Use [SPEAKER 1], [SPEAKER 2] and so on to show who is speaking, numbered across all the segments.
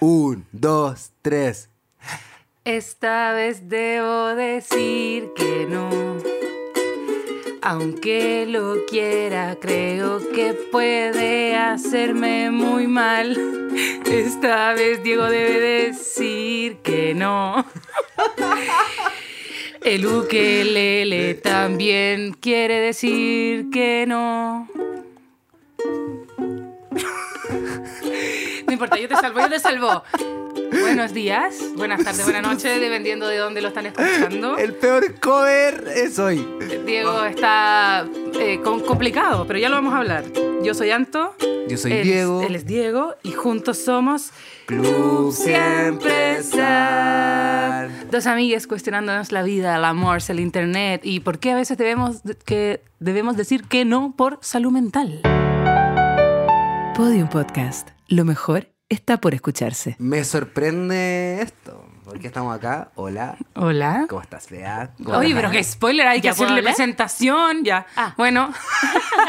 [SPEAKER 1] Un, dos, tres.
[SPEAKER 2] Esta vez debo decir que no. Aunque lo quiera, creo que puede hacerme muy mal. Esta vez Diego debe decir que no. El ukelele también quiere decir que no. No importa, yo te salvo, yo te salvo. Buenos días, buenas tardes, buenas noches, dependiendo de dónde lo están escuchando.
[SPEAKER 1] El peor cover es hoy.
[SPEAKER 2] Diego está eh, con- complicado, pero ya lo vamos a hablar. Yo soy Anto.
[SPEAKER 1] Yo soy
[SPEAKER 2] él es-
[SPEAKER 1] Diego.
[SPEAKER 2] él es Diego y juntos somos
[SPEAKER 1] Club Siempre
[SPEAKER 2] Siempre Sad.
[SPEAKER 1] Sad.
[SPEAKER 2] Dos amigas cuestionándonos la vida, el amor, el internet y por qué a veces debemos, de- que, debemos decir que no por salud mental. Podium Podcast. Lo mejor está por escucharse.
[SPEAKER 1] Me sorprende esto. Porque estamos acá. Hola.
[SPEAKER 2] Hola.
[SPEAKER 1] ¿Cómo estás, Lea? ¿Cómo
[SPEAKER 2] Oye,
[SPEAKER 1] estás?
[SPEAKER 2] pero qué spoiler, hay que
[SPEAKER 3] ¿Ya puedo
[SPEAKER 2] hacerle
[SPEAKER 3] hablar?
[SPEAKER 2] presentación ya.
[SPEAKER 3] Ah.
[SPEAKER 2] Bueno,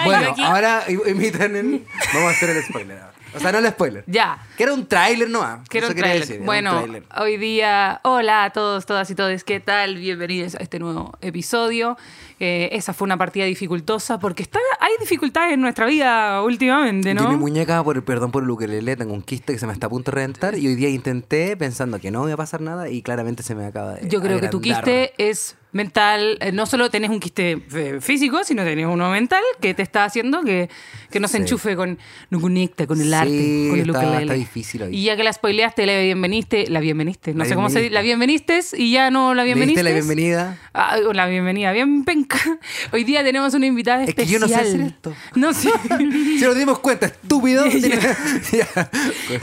[SPEAKER 1] Bueno,
[SPEAKER 3] aquí.
[SPEAKER 1] ahora im- imitan el. Vamos a hacer el spoiler ahora. O sea, no el spoiler.
[SPEAKER 2] ya.
[SPEAKER 1] Que era un tráiler nomás.
[SPEAKER 2] Quiero
[SPEAKER 1] Eso
[SPEAKER 2] un
[SPEAKER 1] quería
[SPEAKER 2] tráiler.
[SPEAKER 1] decir, era un
[SPEAKER 2] Bueno,
[SPEAKER 1] tráiler.
[SPEAKER 2] hoy día, hola a todos, todas y todes, ¿qué tal? Bienvenidos a este nuevo episodio. Eh, esa fue una partida dificultosa porque está, hay dificultades en nuestra vida últimamente,
[SPEAKER 1] Yo mi
[SPEAKER 2] ¿no?
[SPEAKER 1] muñeca, por el, perdón por el ukelele, tengo un quiste que se me está a punto de reventar y hoy día intenté pensando que no me iba a pasar nada y claramente se me acaba de
[SPEAKER 2] Yo creo que tu
[SPEAKER 1] agrandar.
[SPEAKER 2] quiste es mental, Eh, no solo tenés un quiste eh, físico, sino tenés uno mental que te está haciendo que, que no se
[SPEAKER 1] Sí.
[SPEAKER 2] enchufe con, no conecta con el
[SPEAKER 1] Sí,
[SPEAKER 2] arte, con el
[SPEAKER 1] está-
[SPEAKER 2] ukelele.
[SPEAKER 1] está difícil hoy.
[SPEAKER 2] Y ya que la spoileaste, la bienveniste, la bienveniste, no
[SPEAKER 1] La
[SPEAKER 2] sé cómo se dice, la bienveniste y ya no la
[SPEAKER 1] ¿Le diste
[SPEAKER 2] bienveniste.
[SPEAKER 1] la bienvenida?
[SPEAKER 2] Ah, hola, bienvenida, bien penca. Hoy día tenemos una invitada
[SPEAKER 1] Es
[SPEAKER 2] especial.
[SPEAKER 1] que yo no sé hacer esto.
[SPEAKER 2] No sé.
[SPEAKER 1] Si nos dimos cuenta, estúpido. Ya.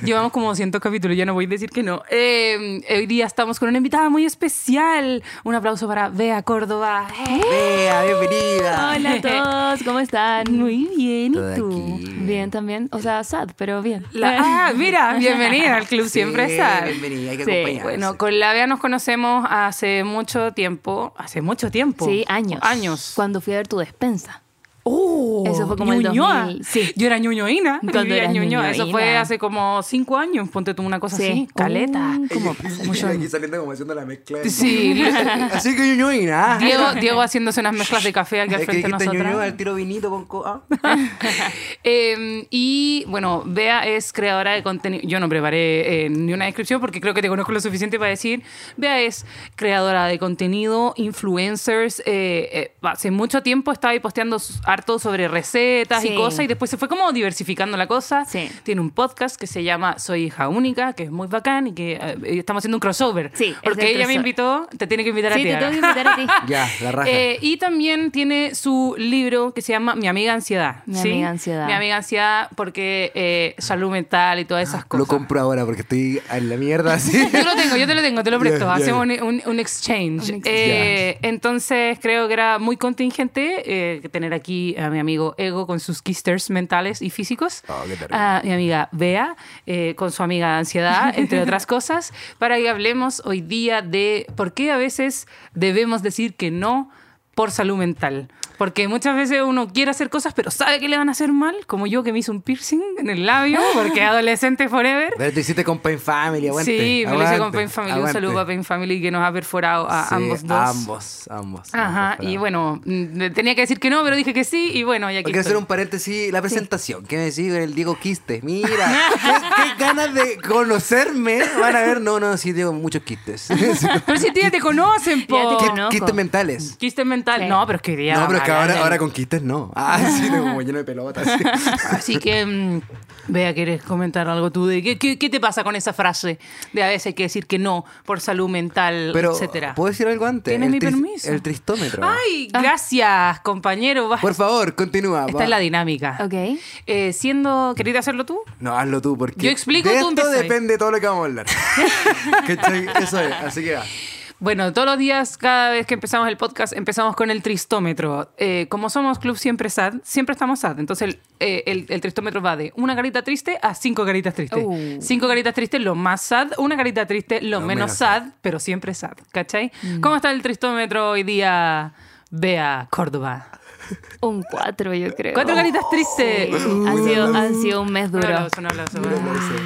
[SPEAKER 2] Llevamos como 200 capítulos, ya no voy a decir que no. Eh, hoy día estamos con una invitada muy especial. Un aplauso para Bea Córdoba.
[SPEAKER 1] Bea, bienvenida.
[SPEAKER 3] Hola a todos, ¿cómo están?
[SPEAKER 2] Muy bien,
[SPEAKER 1] Toda
[SPEAKER 2] ¿y tú?
[SPEAKER 1] aquí.
[SPEAKER 3] Bien también, o sea, sad, pero bien. Eh.
[SPEAKER 2] La- ah, mira, bienvenida al Club
[SPEAKER 1] Sí,
[SPEAKER 2] Siempre Sal.
[SPEAKER 1] Bienvenida, hay que
[SPEAKER 3] Sí,
[SPEAKER 1] acompañarse.
[SPEAKER 2] Bueno, con la Bea nos conocemos hace mucho tiempo. Hace mucho tiempo.
[SPEAKER 3] Sí, años.
[SPEAKER 2] Años.
[SPEAKER 3] Cuando fui a ver tu despensa.
[SPEAKER 2] ¡Oh!
[SPEAKER 3] Eso fue como el
[SPEAKER 2] Ñuñoa.
[SPEAKER 3] 2000, sí.
[SPEAKER 2] Yo era ñuñoína.
[SPEAKER 3] Cuando
[SPEAKER 2] vivía
[SPEAKER 3] eras
[SPEAKER 2] en Ñuñoa. Eso fue
[SPEAKER 3] ñuñoína.
[SPEAKER 2] hace como cinco años, ponte tú una cosa
[SPEAKER 3] Sí.
[SPEAKER 2] así. Caleta.
[SPEAKER 3] Uh, ¿Cómo
[SPEAKER 1] Ella-
[SPEAKER 3] pasa?
[SPEAKER 1] ella aquí saliendo como haciendo la mezcla.
[SPEAKER 2] Sí.
[SPEAKER 1] Así que ñoñoína.
[SPEAKER 2] Diego, Diego haciéndose unas mezclas de café aquí al
[SPEAKER 1] Es que
[SPEAKER 2] frente de
[SPEAKER 1] dijiste ñoño
[SPEAKER 2] nosotras.
[SPEAKER 1] al tiro vinito con co- ah.
[SPEAKER 2] Eh, y bueno, Bea es creadora de contenido. Yo no preparé eh, ni una descripción porque creo que te conozco lo suficiente para decir. Bea es creadora de contenido, influencers. eh, eh, hace mucho tiempo estaba ahí posteando s- harto sobre recetas y
[SPEAKER 3] Sí.
[SPEAKER 2] cosas y después se fue como diversificando la cosa.
[SPEAKER 3] Sí.
[SPEAKER 2] Tiene un podcast que se llama Soy hija única, que es muy bacán y que eh, estamos haciendo un crossover.
[SPEAKER 3] Sí, es
[SPEAKER 2] porque
[SPEAKER 3] el
[SPEAKER 2] ella me
[SPEAKER 3] crossover.
[SPEAKER 2] invitó, te tiene que invitar a
[SPEAKER 3] Sí,
[SPEAKER 2] ti.
[SPEAKER 3] te tengo
[SPEAKER 2] ahora.
[SPEAKER 3] que invitar a ti.
[SPEAKER 1] Ya, la raja.
[SPEAKER 2] Eh, y también tiene su libro que se llama Mi amiga ansiedad.
[SPEAKER 3] Mi
[SPEAKER 2] ¿sí?
[SPEAKER 3] amiga ansiedad.
[SPEAKER 2] Mi amiga ansiedad porque eh, salud mental y todas esas
[SPEAKER 1] Lo
[SPEAKER 2] cosas.
[SPEAKER 1] compro ahora porque estoy en la mierda así.
[SPEAKER 2] Yo lo tengo, yo te lo tengo, te lo presto.
[SPEAKER 1] Ya, ya,
[SPEAKER 2] Hacemos un, un- un exchange.
[SPEAKER 3] Un exchange.
[SPEAKER 2] Eh, entonces creo que era muy contingente eh, tener aquí a mi amigo Ego con sus kisters mentales y físicos.
[SPEAKER 1] Oh, qué terrible.
[SPEAKER 2] a mi amiga Bea eh, con su amiga Ansiedad, entre otras cosas, para que hablemos hoy día de por qué a veces debemos decir que no por salud mental. Porque muchas veces uno quiere hacer cosas, pero sabe que le van a hacer mal, como yo que me hice un piercing en el labio, porque adolescente forever.
[SPEAKER 1] Pero te hiciste con Pain Family, aguante.
[SPEAKER 2] Sí, me lo hice
[SPEAKER 1] aguante,
[SPEAKER 2] con Pain Family. Un
[SPEAKER 1] aguante.
[SPEAKER 2] saludo a Pain Family que nos ha perforado a
[SPEAKER 1] Sí,
[SPEAKER 2] ambos dos.
[SPEAKER 1] Ambos, ambos.
[SPEAKER 2] Ajá,
[SPEAKER 1] ambos,
[SPEAKER 2] y
[SPEAKER 1] bravo.
[SPEAKER 2] bueno, mm, tenía que decir que no, pero dije que sí, y bueno, y aquí
[SPEAKER 1] Quiero hacer
[SPEAKER 2] estoy.
[SPEAKER 1] un paréntesis, la presentación. ¿Qué me decís con el Diego Quistes? Mira, qué, qué ganas de conocerme. Van a ver, no, no, sí, Diego, muchos quistes. Sí,
[SPEAKER 2] Pero si tía, te conocen, po.
[SPEAKER 3] Ya te
[SPEAKER 1] quistes-
[SPEAKER 3] conozco.
[SPEAKER 1] quistes mentales.
[SPEAKER 2] Quiste mental.
[SPEAKER 3] Sí.
[SPEAKER 2] No, pero es que ya
[SPEAKER 1] no, pero es que ahora,
[SPEAKER 2] hablan.
[SPEAKER 1] ahora con quistes no. Ah, sí, de como lleno de pelotas. sí.
[SPEAKER 2] Así que, mm, Bea, ¿quieres comentar algo tú? De qué, qué, qué te pasa con esa frase de a veces hay que decir que no por salud mental,
[SPEAKER 1] Pero,
[SPEAKER 2] etcétera?
[SPEAKER 1] ¿puedo decir algo antes?
[SPEAKER 2] ¿Tienes
[SPEAKER 1] El
[SPEAKER 2] mi
[SPEAKER 1] tris-
[SPEAKER 2] permiso?
[SPEAKER 1] El tristómetro.
[SPEAKER 2] Ay,
[SPEAKER 3] Ah.
[SPEAKER 2] gracias, compañero. Va-
[SPEAKER 1] Por favor, continúa.
[SPEAKER 2] Esta
[SPEAKER 1] va.
[SPEAKER 2] es la dinámica.
[SPEAKER 3] Ok.
[SPEAKER 2] Eh, siendo, ¿querías hacerlo tú?
[SPEAKER 1] No, hazlo tú, porque
[SPEAKER 2] Yo explico,
[SPEAKER 1] de
[SPEAKER 2] tú
[SPEAKER 1] esto
[SPEAKER 2] empiezas.
[SPEAKER 1] depende todo lo que vamos a hablar. ¿Cachai? Eso es, así que va.
[SPEAKER 2] Bueno, todos los días, cada vez que empezamos el podcast, empezamos con el tristómetro. Eh, como somos Club Siempre Sad, siempre estamos sad. Entonces, el, eh, el- el tristómetro va de una carita triste a cinco caritas tristes.
[SPEAKER 3] Uh.
[SPEAKER 2] Cinco caritas tristes, lo más sad. Una carita triste, lo,
[SPEAKER 1] Lo
[SPEAKER 2] menos
[SPEAKER 1] menos
[SPEAKER 2] sad, pero siempre sad. ¿Cachai?
[SPEAKER 1] Mm.
[SPEAKER 2] ¿Cómo está el tristómetro hoy día, Bea Córdoba?
[SPEAKER 3] Un cuatro, yo creo.
[SPEAKER 1] Oh.
[SPEAKER 2] Cuatro caritas
[SPEAKER 3] Sí,
[SPEAKER 2] tristes.
[SPEAKER 3] ha sido, ha sido un mes
[SPEAKER 2] Un
[SPEAKER 3] duro.
[SPEAKER 2] aplauso, un aplauso.
[SPEAKER 1] Uh, Duro parece.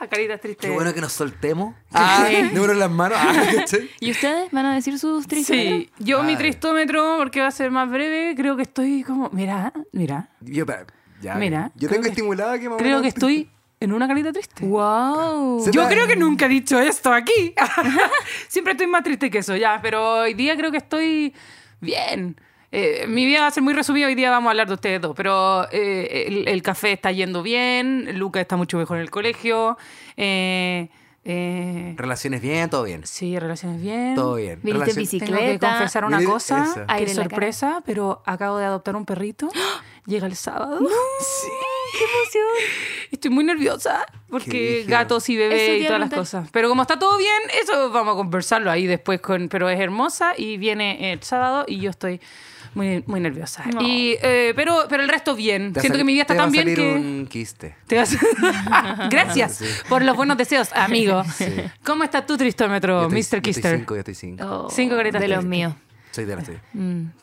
[SPEAKER 2] Ah, Caritas tristes.
[SPEAKER 1] Qué bueno que nos soltemos. Ah, número en las manos. Ah, ¿cachai?
[SPEAKER 3] ¿Y ustedes van a decir sus tristes?
[SPEAKER 2] Sí, yo mi
[SPEAKER 1] Ah.
[SPEAKER 2] tristómetro, porque va a ser más breve, creo que estoy como. Mira, mira.
[SPEAKER 1] Yo, pa- ya,
[SPEAKER 2] Mira,
[SPEAKER 1] yo
[SPEAKER 2] creo
[SPEAKER 1] tengo
[SPEAKER 2] que-
[SPEAKER 1] estimulada que mamá.
[SPEAKER 2] Creo que estoy en una carita triste.
[SPEAKER 3] ¡Wow!
[SPEAKER 1] Se-
[SPEAKER 2] Yo creo que nunca he dicho esto aquí. Siempre estoy más triste que eso, ya. Pero hoy día creo que estoy bien. Eh, mi vida va a ser muy resumida. Hoy día vamos a hablar de ustedes dos. Pero eh, el, el café está yendo bien. Luca está mucho mejor en el colegio. eh, eh,
[SPEAKER 1] Relaciones bien, todo bien.
[SPEAKER 2] sí, relaciones bien.
[SPEAKER 1] Todo bien.
[SPEAKER 3] Viniste en
[SPEAKER 1] Relación-
[SPEAKER 3] bici.
[SPEAKER 2] Tengo que
[SPEAKER 3] Bicicleta.
[SPEAKER 2] confesar una
[SPEAKER 1] Mira,
[SPEAKER 2] cosa.
[SPEAKER 1] esa.
[SPEAKER 2] Qué
[SPEAKER 3] Aire en la cara.
[SPEAKER 2] sorpresa, pero acabo de adoptar un perrito. Llega el sábado. Sí.
[SPEAKER 3] ¡Qué emoción!
[SPEAKER 2] Estoy muy nerviosa porque
[SPEAKER 1] brígido.
[SPEAKER 2] gatos y
[SPEAKER 3] Eso te
[SPEAKER 2] bebés y
[SPEAKER 3] iba a
[SPEAKER 2] todas las
[SPEAKER 3] preguntar.
[SPEAKER 2] cosas. Pero como está todo bien, eso vamos a conversarlo ahí después. Con, pero es hermosa y viene el sábado y yo estoy muy, muy nerviosa.
[SPEAKER 3] No.
[SPEAKER 2] Y, eh, pero, pero el resto bien.
[SPEAKER 1] Te va a
[SPEAKER 2] Siento
[SPEAKER 1] sali-
[SPEAKER 2] que mi vida está
[SPEAKER 1] te va
[SPEAKER 2] tan
[SPEAKER 1] a
[SPEAKER 2] bien
[SPEAKER 1] salir
[SPEAKER 2] que...
[SPEAKER 1] un quiste.
[SPEAKER 2] Te vas- Ah, gracias
[SPEAKER 1] Sí.
[SPEAKER 2] por los buenos deseos, amigo. ¿Cómo está tu
[SPEAKER 1] Yo
[SPEAKER 2] tristómetro,
[SPEAKER 1] estoy-
[SPEAKER 2] Mr.
[SPEAKER 1] Yo estoy
[SPEAKER 2] Oh, Kister?
[SPEAKER 1] cinco, yo estoy cinco.
[SPEAKER 3] Oh,
[SPEAKER 2] Cinco caritas
[SPEAKER 3] De los
[SPEAKER 2] tristes.
[SPEAKER 3] míos.
[SPEAKER 1] Soy de la estoy.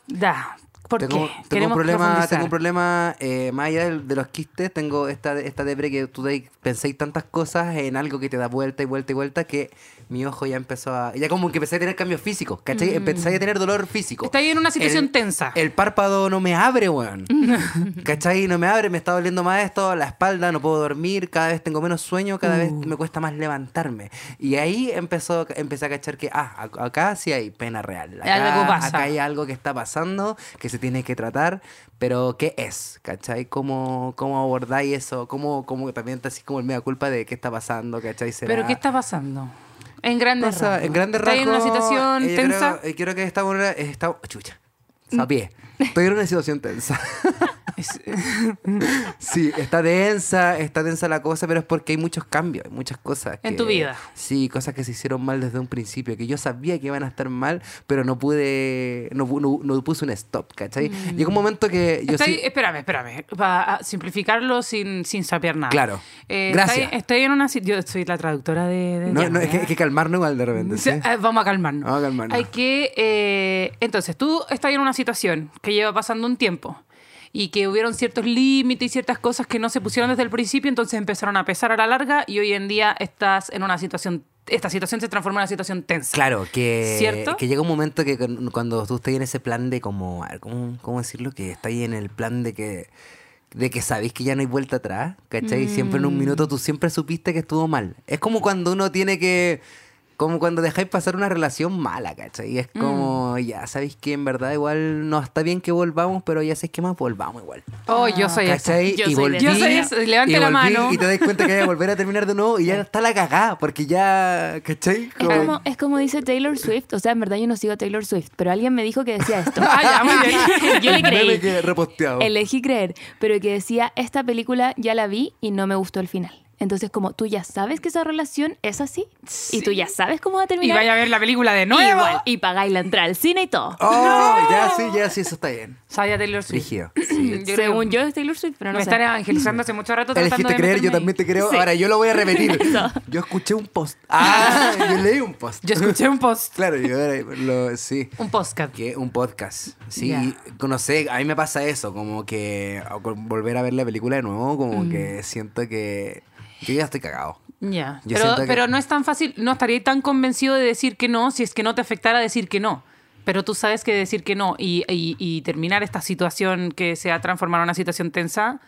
[SPEAKER 2] Da. ¿Por
[SPEAKER 1] Tengo,
[SPEAKER 2] qué?
[SPEAKER 1] tengo un
[SPEAKER 2] Queremos
[SPEAKER 1] problema,
[SPEAKER 2] profundizar.
[SPEAKER 1] tengo un problema eh, más allá del- de, los quistes, tengo esta, esta depre que tú dais- pensáis tantas cosas en algo que te da vuelta y vuelta y vuelta que mi ojo ya empezó a... Ya como que empecé a tener cambios físicos, ¿cachai? Empecé a tener dolor físico.
[SPEAKER 2] Mm. Está ahí en una situación
[SPEAKER 1] El-
[SPEAKER 2] tensa.
[SPEAKER 1] El párpado no me abre, weón. ¿Cachai? No me abre, me está doliendo más esto, la espalda, no puedo dormir, cada vez tengo menos sueño, cada vez
[SPEAKER 2] Uh.
[SPEAKER 1] me cuesta más levantarme. Y ahí empezó, empecé a cachar que, ah, ac- acá sí hay pena real. Acá,
[SPEAKER 2] Algo pasa.
[SPEAKER 1] acá hay algo que está pasando, que se tiene que tratar, pero ¿qué es? ¿Cachai? ¿Cómo, cómo abordáis eso? ¿Cómo, cómo también te así como el mea culpa de qué está pasando? ¿Cachai? ¿Será-
[SPEAKER 2] ¿Pero qué está pasando? En grandes
[SPEAKER 1] pasa?
[SPEAKER 2] rasgos.
[SPEAKER 1] En grandes
[SPEAKER 2] Está ahí
[SPEAKER 1] rasgos.
[SPEAKER 2] en una situación
[SPEAKER 1] eh, yo
[SPEAKER 2] tensa.
[SPEAKER 1] Creo, eh, creo que esta una. Esta, chucha. Sapié.
[SPEAKER 2] Mm.
[SPEAKER 1] Estoy en una situación tensa.
[SPEAKER 2] Es-
[SPEAKER 1] eh, Sí, está densa, está densa la cosa, pero es porque hay muchos cambios, hay muchas cosas.
[SPEAKER 2] En
[SPEAKER 1] que-
[SPEAKER 2] tu vida.
[SPEAKER 1] Sí, cosas que se hicieron mal desde un principio, que yo sabía que iban a estar mal, pero no pude, no, pu- no, no puse un stop, ¿cachai?
[SPEAKER 2] Mm.
[SPEAKER 1] Llegó un momento que yo
[SPEAKER 2] Está ahí-
[SPEAKER 1] sí...
[SPEAKER 2] Espérame, espérame. Para simplificarlo sin, sin sapear nada.
[SPEAKER 1] Claro.
[SPEAKER 2] Eh,
[SPEAKER 1] Gracias.
[SPEAKER 2] está ahí- Estoy en una... si- Yo soy la traductora de... de-
[SPEAKER 1] No,
[SPEAKER 2] ya,
[SPEAKER 1] no, es que
[SPEAKER 2] ya.
[SPEAKER 1] hay que calmarnos igual de repente,
[SPEAKER 2] O
[SPEAKER 1] ¿sí?
[SPEAKER 2] sea, eh, Vamos a calmarnos.
[SPEAKER 1] Vamos a calmarnos.
[SPEAKER 2] Hay que... eh, entonces, tú estás en una situación que lleva pasando un tiempo y que hubieron ciertos límites y ciertas cosas que no se pusieron desde el principio, entonces empezaron a pesar a la larga y hoy en día estás en una situación... Esta situación se transformó en una situación tensa.
[SPEAKER 1] Claro, que,
[SPEAKER 2] ¿Cierto?
[SPEAKER 1] que llega un momento que con- cuando tú estás en ese plan de como, a ver, ¿cómo, cómo decirlo? Que estás en el plan de que de que sabéis que ya no hay vuelta atrás, ¿cachai? Siempre
[SPEAKER 3] Mm.
[SPEAKER 1] en un minuto tú siempre supiste que estuvo mal. Es como cuando uno tiene que, como cuando dejáis pasar una relación mala, ¿cachai? Y es como,
[SPEAKER 3] Mm.
[SPEAKER 1] ya sabéis que en verdad igual no está bien que volvamos, pero ya sé que más volvamos igual.
[SPEAKER 2] Oh, yo soy esa.
[SPEAKER 1] Ah, ¿Cachai?
[SPEAKER 3] Yo
[SPEAKER 1] y
[SPEAKER 3] soy
[SPEAKER 1] volví,
[SPEAKER 3] de- Yo soy
[SPEAKER 2] esa. Levante
[SPEAKER 1] y
[SPEAKER 2] la
[SPEAKER 1] volví,
[SPEAKER 2] mano.
[SPEAKER 1] Y te das cuenta que hay que volver a terminar de nuevo y ya está la cagada, porque ya, ¿cachai?
[SPEAKER 3] Es como, es como dice Taylor Swift, o sea, en verdad yo no sigo a Taylor Swift, pero alguien me dijo que decía esto.
[SPEAKER 2] Ah, ya, muy bien.
[SPEAKER 3] yo le
[SPEAKER 1] Meme
[SPEAKER 3] creí.
[SPEAKER 1] que reposteado.
[SPEAKER 3] Elegí creer, pero que decía, esta película ya la vi y no me gustó el final. Entonces, como tú ya sabes que esa relación es así, y tú ya sabes cómo va a
[SPEAKER 2] Y
[SPEAKER 3] terminar,
[SPEAKER 2] vaya a ver la película de nuevo.
[SPEAKER 3] igual, y pagáis la entrada al cine y todo.
[SPEAKER 1] Oh, ya sí, ya sí, eso está bien.
[SPEAKER 2] Sabía Taylor Swift.
[SPEAKER 1] Rígido.
[SPEAKER 2] Yo
[SPEAKER 3] Según
[SPEAKER 2] creo-
[SPEAKER 3] yo es Taylor Swift, pero no
[SPEAKER 2] me
[SPEAKER 3] sé.
[SPEAKER 2] están evangelizando hace mucho rato. tratando
[SPEAKER 1] Elegiste
[SPEAKER 2] de
[SPEAKER 1] creer, yo
[SPEAKER 2] meterme
[SPEAKER 1] también te
[SPEAKER 2] ahí.
[SPEAKER 1] creo.
[SPEAKER 3] Sí.
[SPEAKER 1] Ahora, yo lo voy a repetir.
[SPEAKER 3] Eso.
[SPEAKER 1] Yo escuché un post. Ah, yo leí un post.
[SPEAKER 2] Yo escuché un post,
[SPEAKER 1] Claro, yo era- lo, sí.
[SPEAKER 2] un podcast.
[SPEAKER 1] Que un podcast. Sí,
[SPEAKER 2] Ya.
[SPEAKER 1] conocer, a mí me pasa eso, como que o con- volver a ver la película de nuevo, como
[SPEAKER 2] Mm.
[SPEAKER 1] que siento que yo ya estoy cagado.
[SPEAKER 2] Ya.
[SPEAKER 1] Yo
[SPEAKER 2] Pero,
[SPEAKER 1] siento que-
[SPEAKER 2] pero no es tan fácil, no estaría tan convencido de decir que no si es que no te afectara decir que no. Pero tú sabes que decir que no y, y- y terminar esta situación que se ha transformado en una situación tensa,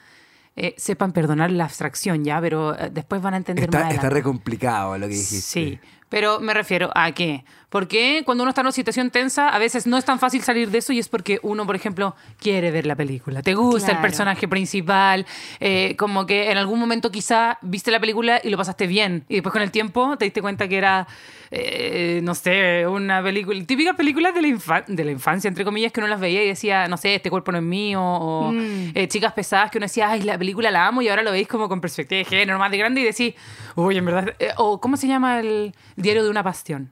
[SPEAKER 2] eh, sepan perdonar la abstracción ya, pero eh, después van a entender más.
[SPEAKER 1] Está, está
[SPEAKER 2] adelante.
[SPEAKER 1] re complicado lo que dijiste.
[SPEAKER 2] Sí, pero me refiero a que, porque cuando uno está en una situación tensa, a veces no es tan fácil salir de eso y es porque uno, por ejemplo, quiere ver la película, te gusta el
[SPEAKER 3] Claro.
[SPEAKER 2] personaje principal, eh, como que en algún momento quizá viste la película y lo pasaste bien y después con el tiempo te diste cuenta que era, eh, no sé, una película, típicas películas de la, infa- de la infancia, entre comillas, que uno las veía y decía, no sé, este cuerpo no es mío, o eh, chicas pesadas que uno decía, ay, la película la amo y ahora lo veis como con perspectiva de género más de grande y decís, uy, en verdad, eh, o ¿cómo se llama el diario de una pasión?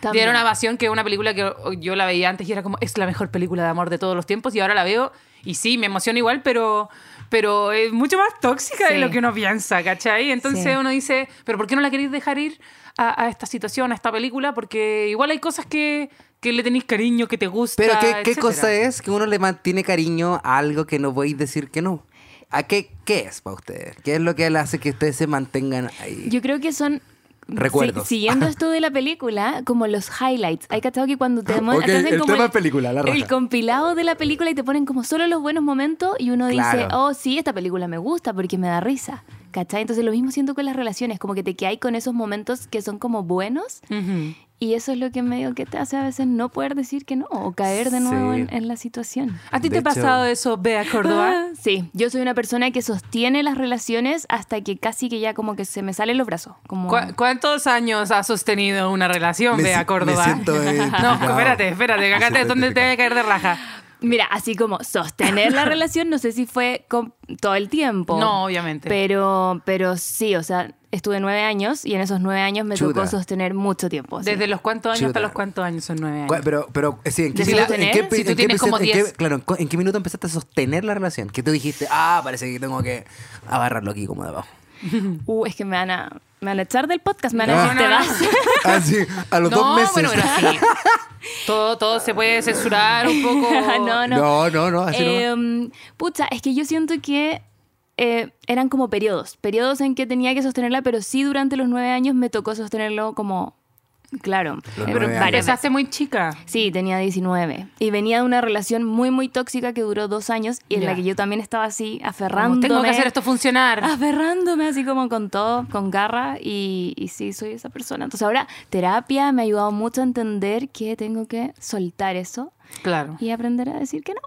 [SPEAKER 3] También.
[SPEAKER 2] Diario de una pasión, que es una película que o- yo la veía antes y era como, es la mejor película de amor de todos los tiempos y ahora la veo y sí, me emociona igual, pero, pero es mucho más tóxica de
[SPEAKER 3] Sí.
[SPEAKER 2] lo que uno piensa, ¿cachai? Entonces
[SPEAKER 3] Sí.
[SPEAKER 2] uno dice, pero ¿por qué no la queréis dejar ir a, a esta situación, a esta película? Porque igual hay cosas que, que le tenéis cariño, que te gusta.
[SPEAKER 1] Pero ¿qué, qué
[SPEAKER 2] etcétera.
[SPEAKER 1] cosa es que uno le mantiene cariño a algo que no podéis decir que no? ¿A qué, qué es para ustedes? ¿Qué es lo que le hace que ustedes se mantengan ahí?
[SPEAKER 3] Yo creo que son.
[SPEAKER 1] Recuerdos.
[SPEAKER 3] si- siguiendo esto de la película, como los highlights. Hay cachado que cuando te, mon-
[SPEAKER 1] Ah, Ok,
[SPEAKER 3] te hacen
[SPEAKER 1] el
[SPEAKER 3] como
[SPEAKER 1] tema de película, la raja.
[SPEAKER 3] El compilado de la película y te ponen como solo los buenos momentos y uno dice,
[SPEAKER 1] Claro.
[SPEAKER 3] oh, sí, esta película me gusta porque me da risa. ¿Cachai? Entonces lo mismo siento con las relaciones, como que te quedas con esos momentos que son como buenos
[SPEAKER 2] Ujú.
[SPEAKER 3] y eso es lo que medio que te hace a veces no poder decir que no o caer de nuevo
[SPEAKER 1] Sí.
[SPEAKER 3] en, en la situación.
[SPEAKER 2] ¿A ti
[SPEAKER 1] De
[SPEAKER 2] te ha
[SPEAKER 1] hecho-
[SPEAKER 2] pasado eso, Bea Córdoba?
[SPEAKER 3] Ah, Sí, yo soy una persona que sostiene las relaciones hasta que casi que ya como que se me salen los brazos. Como...
[SPEAKER 2] ¿Cu- ¿Cuántos años has sostenido una relación,
[SPEAKER 1] Me si-
[SPEAKER 2] Bea Córdoba?
[SPEAKER 1] me siento eh,
[SPEAKER 2] no,
[SPEAKER 1] identificado.
[SPEAKER 2] espérate, espérate, que acá
[SPEAKER 1] Me
[SPEAKER 2] te,
[SPEAKER 1] siento
[SPEAKER 2] donde te voy a caer de raja.
[SPEAKER 3] Mira, así como sostener la relación, no sé si fue con- todo el tiempo.
[SPEAKER 2] No, obviamente.
[SPEAKER 3] Pero, pero sí, o sea, estuve nueve años y en esos nueve años me
[SPEAKER 1] Chuta.
[SPEAKER 3] tocó sostener mucho tiempo. sí.
[SPEAKER 2] Desde los cuántos años
[SPEAKER 1] Chuta.
[SPEAKER 2] hasta los cuántos años son nueve
[SPEAKER 1] Cu-
[SPEAKER 2] años.
[SPEAKER 1] Pero, pero, eh, sí, ¿en qué,
[SPEAKER 3] ¿De
[SPEAKER 1] minuto-
[SPEAKER 3] sostener?
[SPEAKER 1] en qué-
[SPEAKER 2] Si
[SPEAKER 1] en
[SPEAKER 2] tú
[SPEAKER 1] qué
[SPEAKER 2] tienes como
[SPEAKER 1] empezaste- en qué-
[SPEAKER 2] 10.
[SPEAKER 1] claro, ¿en cu- ¿en qué minuto empezaste a sostener la relación? Que tú dijiste, ah, parece que tengo que agarrarlo aquí como de abajo.
[SPEAKER 3] Uh, es que me van a, me van a echar del podcast, me van a
[SPEAKER 1] No,
[SPEAKER 3] decir, te
[SPEAKER 2] no, no.
[SPEAKER 3] vas.
[SPEAKER 1] Ah, sí, a los
[SPEAKER 2] no,
[SPEAKER 1] dos meses.
[SPEAKER 2] bueno, pero sí. todo, todo se puede censurar un poco.
[SPEAKER 3] no, no.
[SPEAKER 1] no, no, no,
[SPEAKER 2] Ah,
[SPEAKER 1] así nomás.
[SPEAKER 2] Eh,
[SPEAKER 3] Em, pucha, es que yo siento que eh, eran como periodos, periodos en que tenía que sostenerla, pero sí durante los nueve años me tocó sostenerlo como, claro,
[SPEAKER 1] Los
[SPEAKER 3] eh,
[SPEAKER 1] nueve
[SPEAKER 2] Pero
[SPEAKER 1] años.
[SPEAKER 3] varias
[SPEAKER 2] empezaste muy chica.
[SPEAKER 3] Sí, tenía 19. Y venía de una relación muy, muy tóxica que duró dos años y en
[SPEAKER 2] Ya.
[SPEAKER 3] la que yo también estaba así,
[SPEAKER 2] Como,
[SPEAKER 3] aferrándome.
[SPEAKER 2] tengo que hacer esto funcionar.
[SPEAKER 1] Ah,
[SPEAKER 3] Aferrándome así como con todo, con garra y, y sí, soy esa persona. Entonces ahora terapia me ha ayudado mucho a entender que tengo que soltar eso
[SPEAKER 2] Claro.
[SPEAKER 3] y aprender a decir que no.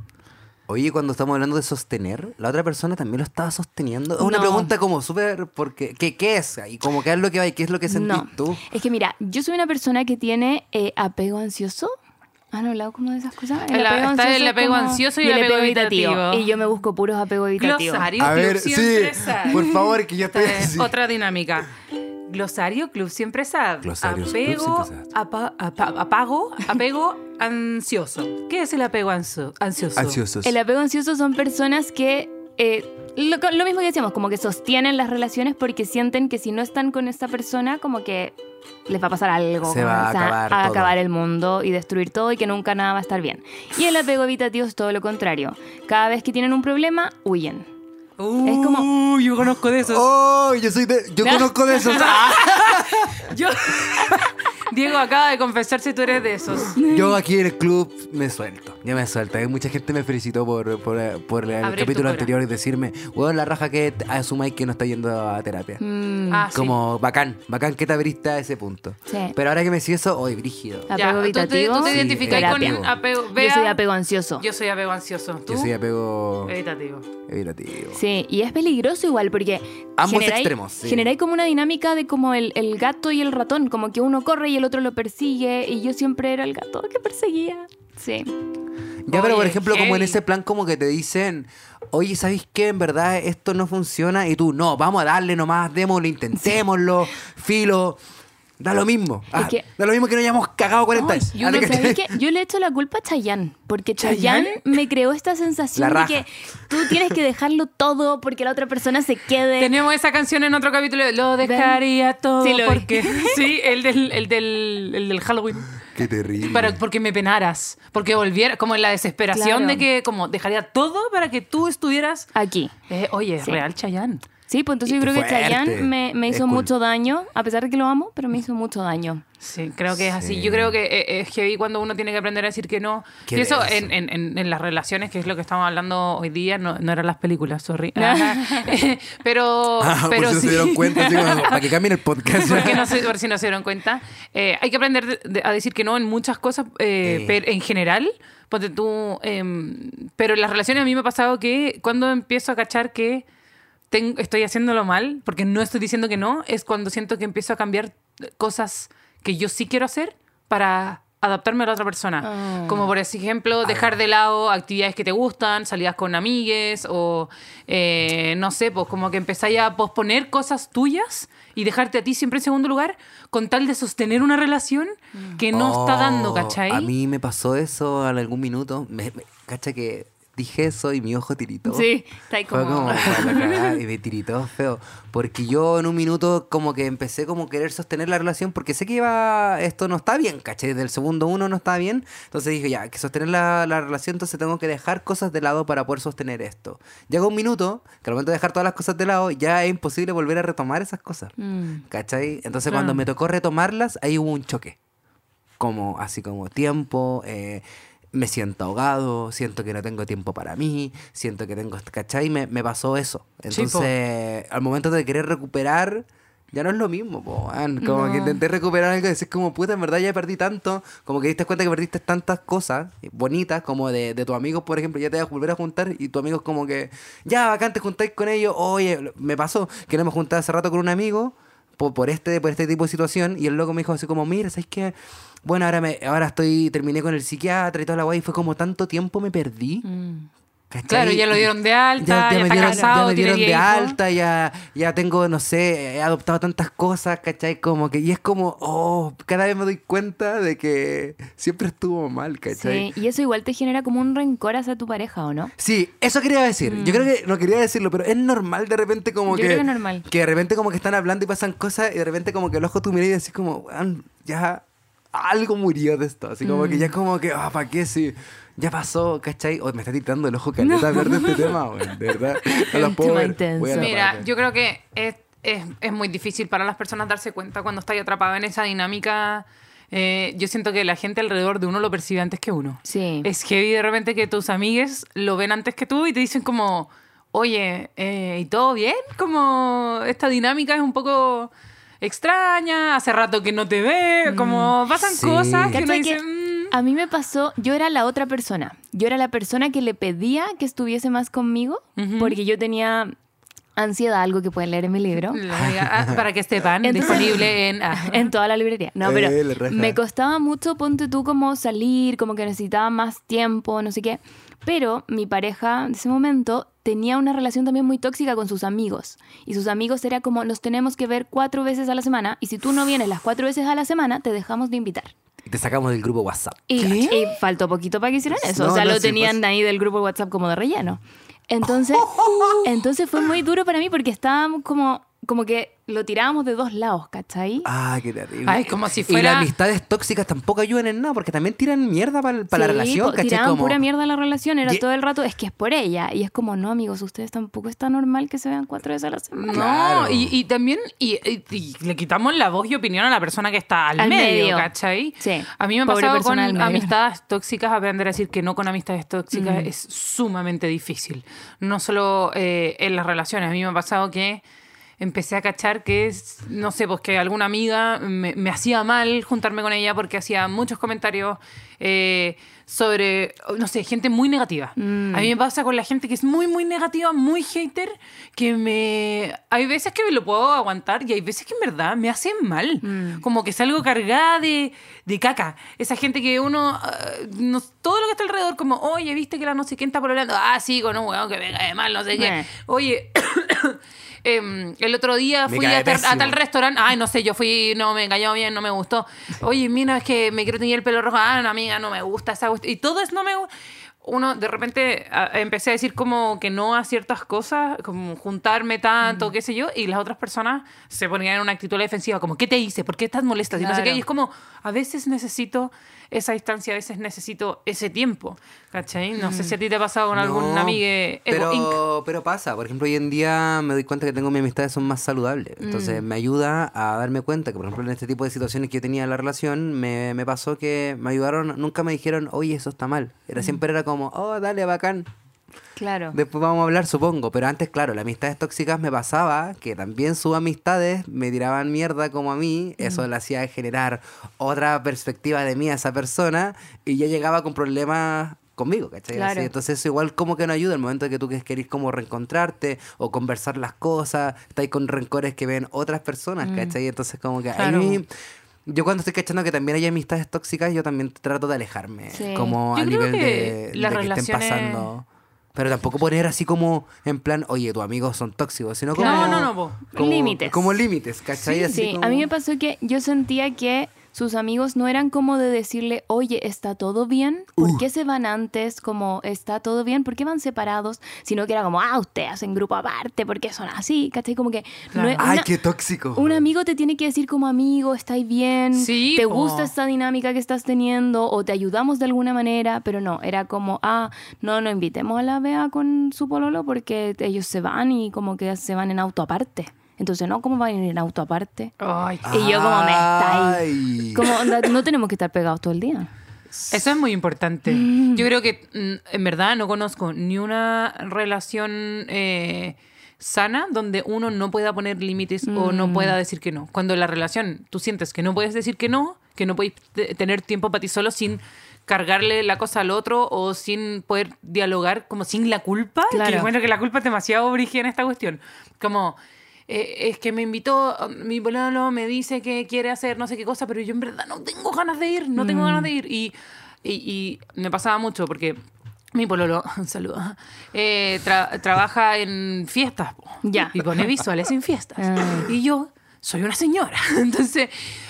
[SPEAKER 1] Oye, cuando estamos hablando de sostener, la otra persona también lo estaba sosteniendo. Es una
[SPEAKER 3] No.
[SPEAKER 1] pregunta como súper, porque, ¿qué, ¿qué es? Y como, ¿qué es lo que hay? ¿Qué es lo que sentís
[SPEAKER 3] no.
[SPEAKER 1] tú?
[SPEAKER 3] Es que mira, yo soy una persona que tiene eh, apego ansioso. Ah, ¿Han hablado como de esas cosas?
[SPEAKER 2] El- está
[SPEAKER 3] es
[SPEAKER 2] el apego
[SPEAKER 3] como-
[SPEAKER 2] ansioso y el apego evitativo.
[SPEAKER 3] Y yo me busco puros apegos evitativos.
[SPEAKER 2] Glosario Club Siempre Sad.
[SPEAKER 1] favor, que yo
[SPEAKER 2] Esta es Otra dinámica. Glosario Club Siempre Sad.
[SPEAKER 1] Glosario Club
[SPEAKER 2] apego,
[SPEAKER 1] Siempre
[SPEAKER 2] apa- apa- apago, apego ansioso. ¿Qué es el apego anso- ansioso?
[SPEAKER 1] Ansiosos.
[SPEAKER 3] El apego ansioso son personas que, eh, lo, lo mismo que decíamos, como que sostienen las relaciones porque sienten que si no están con esta persona, como que les va a pasar algo.
[SPEAKER 1] Se
[SPEAKER 3] como
[SPEAKER 1] va a
[SPEAKER 3] que se
[SPEAKER 1] acabar
[SPEAKER 3] a
[SPEAKER 1] todo.
[SPEAKER 3] acabar el mundo y destruir todo y que nunca nada va a estar bien. Y el apego evitativo es todo lo contrario. Cada vez que tienen un problema, huyen.
[SPEAKER 2] Uh,
[SPEAKER 3] Es como-
[SPEAKER 2] yo conozco de esos.
[SPEAKER 1] ¡Oh! Yo soy de. Yo conozco de esos. Ah,
[SPEAKER 2] Yo- Diego acaba de confesar si tú eres de esos.
[SPEAKER 1] Yo aquí en el club me suelto. Ya me suelto. Eh, Mucha gente me felicitó por, por, por el
[SPEAKER 2] Abrir tu
[SPEAKER 1] capítulo
[SPEAKER 2] cora.
[SPEAKER 1] anterior y decirme, weón, la raja que te- asumáis que no está yendo a terapia.
[SPEAKER 3] Mm,
[SPEAKER 2] Ah, sí.
[SPEAKER 1] Como bacán, bacán que te abriste a ese punto.
[SPEAKER 3] Sí.
[SPEAKER 1] Pero ahora que me decís eso, hoy brígido.
[SPEAKER 3] apego
[SPEAKER 2] Ya, tú te-
[SPEAKER 3] evitativo.
[SPEAKER 2] Tú te,
[SPEAKER 1] Sí,
[SPEAKER 2] identificas con
[SPEAKER 1] terapia.
[SPEAKER 2] apego.
[SPEAKER 3] yo
[SPEAKER 2] Bea,
[SPEAKER 3] soy apego ansioso.
[SPEAKER 2] Yo soy apego ansioso. ¿Tú? Eh.
[SPEAKER 1] Yo soy apego
[SPEAKER 2] evitativo.
[SPEAKER 1] evitativo.
[SPEAKER 3] Sí, y es peligroso igual porque...
[SPEAKER 1] Ambos
[SPEAKER 3] generáis-
[SPEAKER 1] extremos, sí.
[SPEAKER 3] generáis como una dinámica de como el, el gato y el ratón, como que uno corre y el otro lo persigue, y yo siempre era el gato que perseguía. Sí.
[SPEAKER 1] Ya, pero por
[SPEAKER 2] Oye,
[SPEAKER 1] ejemplo, como en
[SPEAKER 2] heavy.
[SPEAKER 1] ese plan como que te dicen, oye, ¿sabéis qué? En verdad esto no funciona y tú, no, vamos a darle nomás, démoslo, intentémoslo, filo. Da lo mismo. Ah,
[SPEAKER 3] que-
[SPEAKER 1] Da lo mismo que no hayamos cagado 40 años.
[SPEAKER 3] Ay, yo,
[SPEAKER 1] Ah,
[SPEAKER 3] no-
[SPEAKER 1] ¿te cachai?
[SPEAKER 3] ¿sabéis qué? Yo le echo la culpa a Chayanne, porque
[SPEAKER 1] ¿Chayanne?
[SPEAKER 3] Chayanne, me creó esta sensación
[SPEAKER 1] La
[SPEAKER 3] de
[SPEAKER 1] raja.
[SPEAKER 3] que tú tienes que dejarlo todo porque la otra persona se quede.
[SPEAKER 2] Tenemos esa canción en otro capítulo. Lo dejaría todo
[SPEAKER 3] Sí, lo vi.
[SPEAKER 2] porque. sí, el del, el del, el del Halloween.
[SPEAKER 1] Qué terrible.
[SPEAKER 2] Para, porque me penaras. Porque volviera. Como en la desesperación
[SPEAKER 3] Claro.
[SPEAKER 2] de que, como, dejaría todo para que tú estuvieras.
[SPEAKER 3] Aquí.
[SPEAKER 2] Eh, oye, es
[SPEAKER 3] Sí.
[SPEAKER 2] real, Chayanne.
[SPEAKER 3] Sí, pues entonces
[SPEAKER 1] Y
[SPEAKER 3] yo creo
[SPEAKER 1] qué
[SPEAKER 3] que
[SPEAKER 1] fuerte.
[SPEAKER 3] Chayanne me, me
[SPEAKER 1] Es
[SPEAKER 3] hizo
[SPEAKER 1] cool.
[SPEAKER 3] mucho daño, a pesar de que lo amo, pero me hizo mucho daño.
[SPEAKER 2] Sí, creo que es así.
[SPEAKER 1] Sí.
[SPEAKER 2] Yo creo que eh, es heavy cuando uno tiene que aprender a decir que no.
[SPEAKER 1] Qué
[SPEAKER 2] Y eso
[SPEAKER 1] denso.
[SPEAKER 2] en, en- en- en las relaciones, que es lo que estamos hablando hoy día, no, no eran las películas, sorry.
[SPEAKER 3] No.
[SPEAKER 2] Ajá. Eh, pero
[SPEAKER 1] Ah, por
[SPEAKER 2] pero
[SPEAKER 1] si no
[SPEAKER 2] sí.
[SPEAKER 1] se dieron cuenta, así como, para que cambien el podcast.
[SPEAKER 2] Porque no sé, por si no se dieron cuenta. Eh, hay que aprender de- de- a decir que no en muchas cosas, eh,
[SPEAKER 1] Eh.
[SPEAKER 2] pero en general. Ponte tú. em, pero en las relaciones a mí me ha pasado que cuando empiezo a cachar que ten- estoy haciéndolo mal, porque no estoy diciendo que no, es cuando siento que empiezo a cambiar cosas que yo sí quiero hacer para adaptarme a la otra persona.
[SPEAKER 3] Ah.
[SPEAKER 2] Como por ejemplo, dejar de lado actividades que te gustan, salidas con amigues o eh, no sé, pues como que empezáis a posponer cosas tuyas y dejarte a ti siempre en segundo lugar con tal de sostener una relación que no está dando,
[SPEAKER 1] Oh,
[SPEAKER 2] ¿cachai?
[SPEAKER 1] A mí me pasó eso en algún minuto. Me, me- cacha que dije eso y mi ojo tiritó.
[SPEAKER 3] Sí, está ahí
[SPEAKER 1] Fue
[SPEAKER 3] como...
[SPEAKER 1] como, "Guau, la cagada", y me tiritó feo. Porque yo en un minuto como que empecé como a querer sostener la relación porque sé que iba, esto no está bien, ¿cachai? Desde el segundo uno no está bien. Entonces dije, ya, hay que sostener la, la relación, entonces tengo que dejar cosas de lado para poder sostener esto. Llega un minuto, que al momento de dejar todas las cosas de lado, ya es imposible volver a retomar esas cosas.
[SPEAKER 3] Mm.
[SPEAKER 1] ¿Cachai? Entonces
[SPEAKER 2] Claro.
[SPEAKER 1] cuando me tocó retomarlas, ahí hubo un choque. Como así como tiempo, eh, me siento ahogado, siento que no tengo tiempo para mí, siento que tengo, ¿cachai? Me, me pasó eso.
[SPEAKER 2] Sí,
[SPEAKER 1] Entonces,
[SPEAKER 2] po.
[SPEAKER 1] al momento de querer recuperar, ya no es lo mismo, po, weón. Como
[SPEAKER 3] No.
[SPEAKER 1] que intenté recuperar algo y decís como, puta, en verdad ya perdí tanto. Como que diste cuenta que perdiste tantas cosas eh, bonitas, como de, de tus amigos, por ejemplo, ya te vas a volver a juntar y tus amigos como que, ya, bacán, te juntáis con ellos. Oye, lo- me pasó que no me juntaba hace rato con un amigo por, por este por este tipo de situación y el loco me dijo así como, mira, ¿sabes qué? Bueno, ahora me ahora estoy terminé con el psiquiatra y toda la guay y fue como tanto tiempo me perdí. ¿cachai?
[SPEAKER 2] Claro, ya lo dieron de alta, ya,
[SPEAKER 1] me
[SPEAKER 2] está
[SPEAKER 1] dieron-
[SPEAKER 2] casado,
[SPEAKER 1] ya me
[SPEAKER 2] tiene
[SPEAKER 1] dieron de
[SPEAKER 2] diez hijos.
[SPEAKER 1] alta, ya, ya tengo, no sé, he adoptado tantas cosas, ¿cachai? Como que, y es como, oh, cada vez me doy cuenta de que siempre estuvo mal, ¿cachai?
[SPEAKER 3] Sí, y eso igual te genera como un rencor hacia tu pareja, ¿o no?
[SPEAKER 1] Sí, eso quería decir. Yo creo que no quería decirlo, pero es normal de repente como
[SPEAKER 3] Mm. Yo
[SPEAKER 1] que.
[SPEAKER 3] creo que es normal.
[SPEAKER 1] que de repente como que están hablando y pasan cosas y de repente como que el ojo tú miras y decís como, "Weón, ya algo murió de esto. Así como
[SPEAKER 3] Mm.
[SPEAKER 1] que ya como que, ah, ¿para qué si ya pasó, cachai? O me está titrando el ojo caleta hablar de este tema, weón, de verdad. No lo
[SPEAKER 3] Un
[SPEAKER 1] puedo
[SPEAKER 3] tema
[SPEAKER 1] ver.
[SPEAKER 3] intenso.
[SPEAKER 1] Voy a la
[SPEAKER 2] Mira,
[SPEAKER 1] paja.
[SPEAKER 2] yo creo que es, es- es muy difícil para las personas darse cuenta cuando estás atrapado en esa dinámica. Eh, yo siento que la gente alrededor de uno lo percibe antes que uno.
[SPEAKER 3] Sí.
[SPEAKER 2] Es heavy de repente que tus amigues lo ven antes que tú y te dicen como, oye, eh, ¿y todo bien? Como esta dinámica es un poco extraña, hace rato que no te ve, como pasan
[SPEAKER 1] Sí.
[SPEAKER 2] cosas que uno
[SPEAKER 3] Mm. ¿Cachai
[SPEAKER 2] dice...
[SPEAKER 3] que
[SPEAKER 2] "Mm".
[SPEAKER 3] a mí me pasó, yo era la otra persona. Yo era la persona que le pedía que estuviese más conmigo
[SPEAKER 2] Ujú.
[SPEAKER 3] porque yo tenía ansiedad, algo que pueden leer en mi libro.
[SPEAKER 2] La amiga, ah, para que sepan,
[SPEAKER 3] Entonces-
[SPEAKER 2] disponible en... ah,
[SPEAKER 3] en toda la librería. No,
[SPEAKER 1] Eh,
[SPEAKER 3] pero
[SPEAKER 1] la raja.
[SPEAKER 3] me costaba mucho, ponte tú, como salir, como que necesitaba más tiempo, no sé qué. Pero mi pareja de ese momento tenía una relación también muy tóxica con sus amigos. Y sus amigos era como, nos tenemos que ver cuatro veces a la semana y si tú no vienes las cuatro veces a la semana, te dejamos de invitar.
[SPEAKER 1] Y Te sacamos del grupo WhatsApp.
[SPEAKER 3] Y,
[SPEAKER 2] ¿Qué?
[SPEAKER 3] y faltó poquito para que hicieran eso.
[SPEAKER 1] No,
[SPEAKER 3] o sea,
[SPEAKER 1] no,
[SPEAKER 3] lo
[SPEAKER 1] sí,
[SPEAKER 3] tenían
[SPEAKER 1] pues.
[SPEAKER 3] ahí del grupo de WhatsApp como de relleno. Entonces, entonces fue muy duro para mí porque estábamos como, como que lo tirábamos de dos lados, ¿cachai?
[SPEAKER 1] Ah, qué terrible.
[SPEAKER 2] Ay, como si
[SPEAKER 1] Y las
[SPEAKER 2] fuera-
[SPEAKER 1] amistades tóxicas tampoco ayudan en nada porque también tiran mierda para la
[SPEAKER 3] Sí,
[SPEAKER 1] relación,
[SPEAKER 3] po-
[SPEAKER 1] ¿cachai?
[SPEAKER 3] Tiraban
[SPEAKER 1] Como-
[SPEAKER 3] pura mierda a la relación, era
[SPEAKER 1] Ye-
[SPEAKER 3] todo el rato, es que es por ella. Y es como, no, amigos, ustedes tampoco está normal que se vean cuatro veces a la semana.
[SPEAKER 2] No,
[SPEAKER 1] Mm, Claro.
[SPEAKER 2] y, y también y, y- y le quitamos la voz y opinión a la persona que está al,
[SPEAKER 3] Al
[SPEAKER 2] medio,
[SPEAKER 3] medio.
[SPEAKER 2] ¿cachai?
[SPEAKER 3] Sí.
[SPEAKER 2] A mí me ha
[SPEAKER 3] Pobre
[SPEAKER 2] pasado con
[SPEAKER 3] persona al medio.
[SPEAKER 2] amistades tóxicas, aprender a decir que no con amistades tóxicas es sumamente difícil. No solo eh, en las relaciones, a mí me ha pasado que empecé a cachar que, es, no sé, pues que alguna amiga me, me hacía mal juntarme con ella porque hacía muchos comentarios eh, sobre, no sé, gente muy negativa. A mí me pasa con la gente que es muy, muy negativa, muy hater, que me... Hay veces que me lo puedo aguantar y hay veces que en verdad me hacen mal.
[SPEAKER 1] Mm.
[SPEAKER 2] Como que salgo cargada de, de caca. Esa gente que uno... ah, no- todo lo que está alrededor, como, oye, viste que la no sé quién está hablando Ah, sí, con un huevón que me cae mal, no sé qué.
[SPEAKER 1] Eh.
[SPEAKER 3] Meh.
[SPEAKER 2] Oye... em, el otro día
[SPEAKER 1] Me
[SPEAKER 2] fui
[SPEAKER 1] cae
[SPEAKER 2] a, tal- a
[SPEAKER 1] pésimo.
[SPEAKER 2] tal restaurante. Ay, no sé, yo fui, no me engañó bien, no me gustó. Oye, mira, es que me quiero teñir el pelo rojo. Ah, no, amiga, no me gusta esa cuestión. Y todo es no me gusta. Uno, de repente, a- empecé a decir como que no a ciertas cosas, como juntarme tanto, qué sé yo, y las otras personas se ponían en una actitud defensiva, como, ¿qué te hice? ¿Por qué estás molesta? Y no sé qué.
[SPEAKER 3] Claro.
[SPEAKER 2] Y es como, a veces necesito esa distancia, a veces necesito ese tiempo. ¿Cachai? No sé si a ti te ha pasado con algún
[SPEAKER 1] Mm. No,
[SPEAKER 2] amigue. Ego Inc.
[SPEAKER 1] Pero, pero pasa, por ejemplo, hoy en día me doy cuenta que tengo mis amistades son más saludables.
[SPEAKER 2] Mm.
[SPEAKER 1] Entonces me ayuda a darme cuenta que, por ejemplo, en este tipo de situaciones que yo tenía en la relación, me, me pasó que me ayudaron, nunca me dijeron, oye, eso está mal.
[SPEAKER 2] Mm.
[SPEAKER 1] Era siempre era como, oh, dale, bacán.
[SPEAKER 3] Claro.
[SPEAKER 1] Después vamos a hablar, supongo. Pero antes, claro, las amistades tóxicas me pasaba que también sus amistades me tiraban mierda como a mí. Eso le hacía generar otra perspectiva de mí a esa persona y ya llegaba con problemas conmigo, ¿cachai?
[SPEAKER 3] Claro.
[SPEAKER 1] Así, entonces eso igual como que no ayuda el momento que tú que querés como reencontrarte o conversar las cosas, estáis con rencores que ven otras personas, ¿cachai? Entonces como que
[SPEAKER 2] Mm. Claro.
[SPEAKER 1] ahí... Yo cuando estoy cachando que también hay amistades tóxicas, yo también trato de alejarme.
[SPEAKER 3] Sí.
[SPEAKER 1] Como
[SPEAKER 2] Yo
[SPEAKER 1] a
[SPEAKER 2] creo
[SPEAKER 1] nivel
[SPEAKER 2] que
[SPEAKER 1] de,
[SPEAKER 2] las
[SPEAKER 1] de que estén
[SPEAKER 2] relaciones-
[SPEAKER 1] pasando. Pero tampoco poner así como en plan, oye, tus amigos son tóxicos, sino como.
[SPEAKER 3] Claro.
[SPEAKER 2] No, no, no, po.
[SPEAKER 1] como-
[SPEAKER 3] Límites.
[SPEAKER 1] Como límites, ¿cachai?
[SPEAKER 3] Sí,
[SPEAKER 1] Así
[SPEAKER 3] sí.
[SPEAKER 1] como-
[SPEAKER 3] a mí me pasó que yo sentía que sus amigos no eran como de decirle, oye, ¿está todo bien? ¿Por
[SPEAKER 1] Uh.
[SPEAKER 3] qué se van antes? Como, ¿está todo bien? ¿Por qué van separados? Sino que era como, ah, ustedes hacen grupo aparte, ¿por qué son así? ¿Cachai? Como que...
[SPEAKER 2] Claro.
[SPEAKER 3] es
[SPEAKER 1] ¡Ay,
[SPEAKER 3] una-
[SPEAKER 1] qué tóxico!
[SPEAKER 3] un amigo te tiene que decir como amigo, estáis bien,
[SPEAKER 2] Sí,
[SPEAKER 3] te
[SPEAKER 2] po.
[SPEAKER 3] gusta esta dinámica que estás teniendo o te ayudamos de alguna manera, pero no, era como, ah, no, no invitemos a la Bea con su pololo porque ellos se van y como que se van en auto aparte. Entonces, no, ¿cómo van a ir en auto aparte?
[SPEAKER 2] Ay,
[SPEAKER 3] Y yo como me
[SPEAKER 1] Ay.
[SPEAKER 3] estáis. Como, onda, no tenemos que estar pegados todo el día.
[SPEAKER 2] Eso es muy importante. Yo creo que mm, en verdad no conozco ni una relación eh, sana donde uno no pueda poner límites o no pueda decir que no. Cuando la relación tú sientes que no puedes decir que no, que no puedes te- tener tiempo para ti solo sin cargarle la cosa al otro o sin poder dialogar, como sin la culpa.
[SPEAKER 3] Claro.
[SPEAKER 2] Que encuentro que la culpa es demasiado brígida en esta cuestión. Como... eh, es que me invitó, mi pololo me dice que quiere hacer no sé qué cosa, pero yo en verdad no tengo ganas de ir, no tengo
[SPEAKER 3] Mm.
[SPEAKER 2] ganas de ir. Y, y, y me pasaba mucho porque mi pololo, saludo, eh, tra- trabaja en fiestas po,
[SPEAKER 3] Ya.
[SPEAKER 2] y pone visuales en fiestas.
[SPEAKER 3] Ah.
[SPEAKER 2] Y yo soy una señora. Entonces,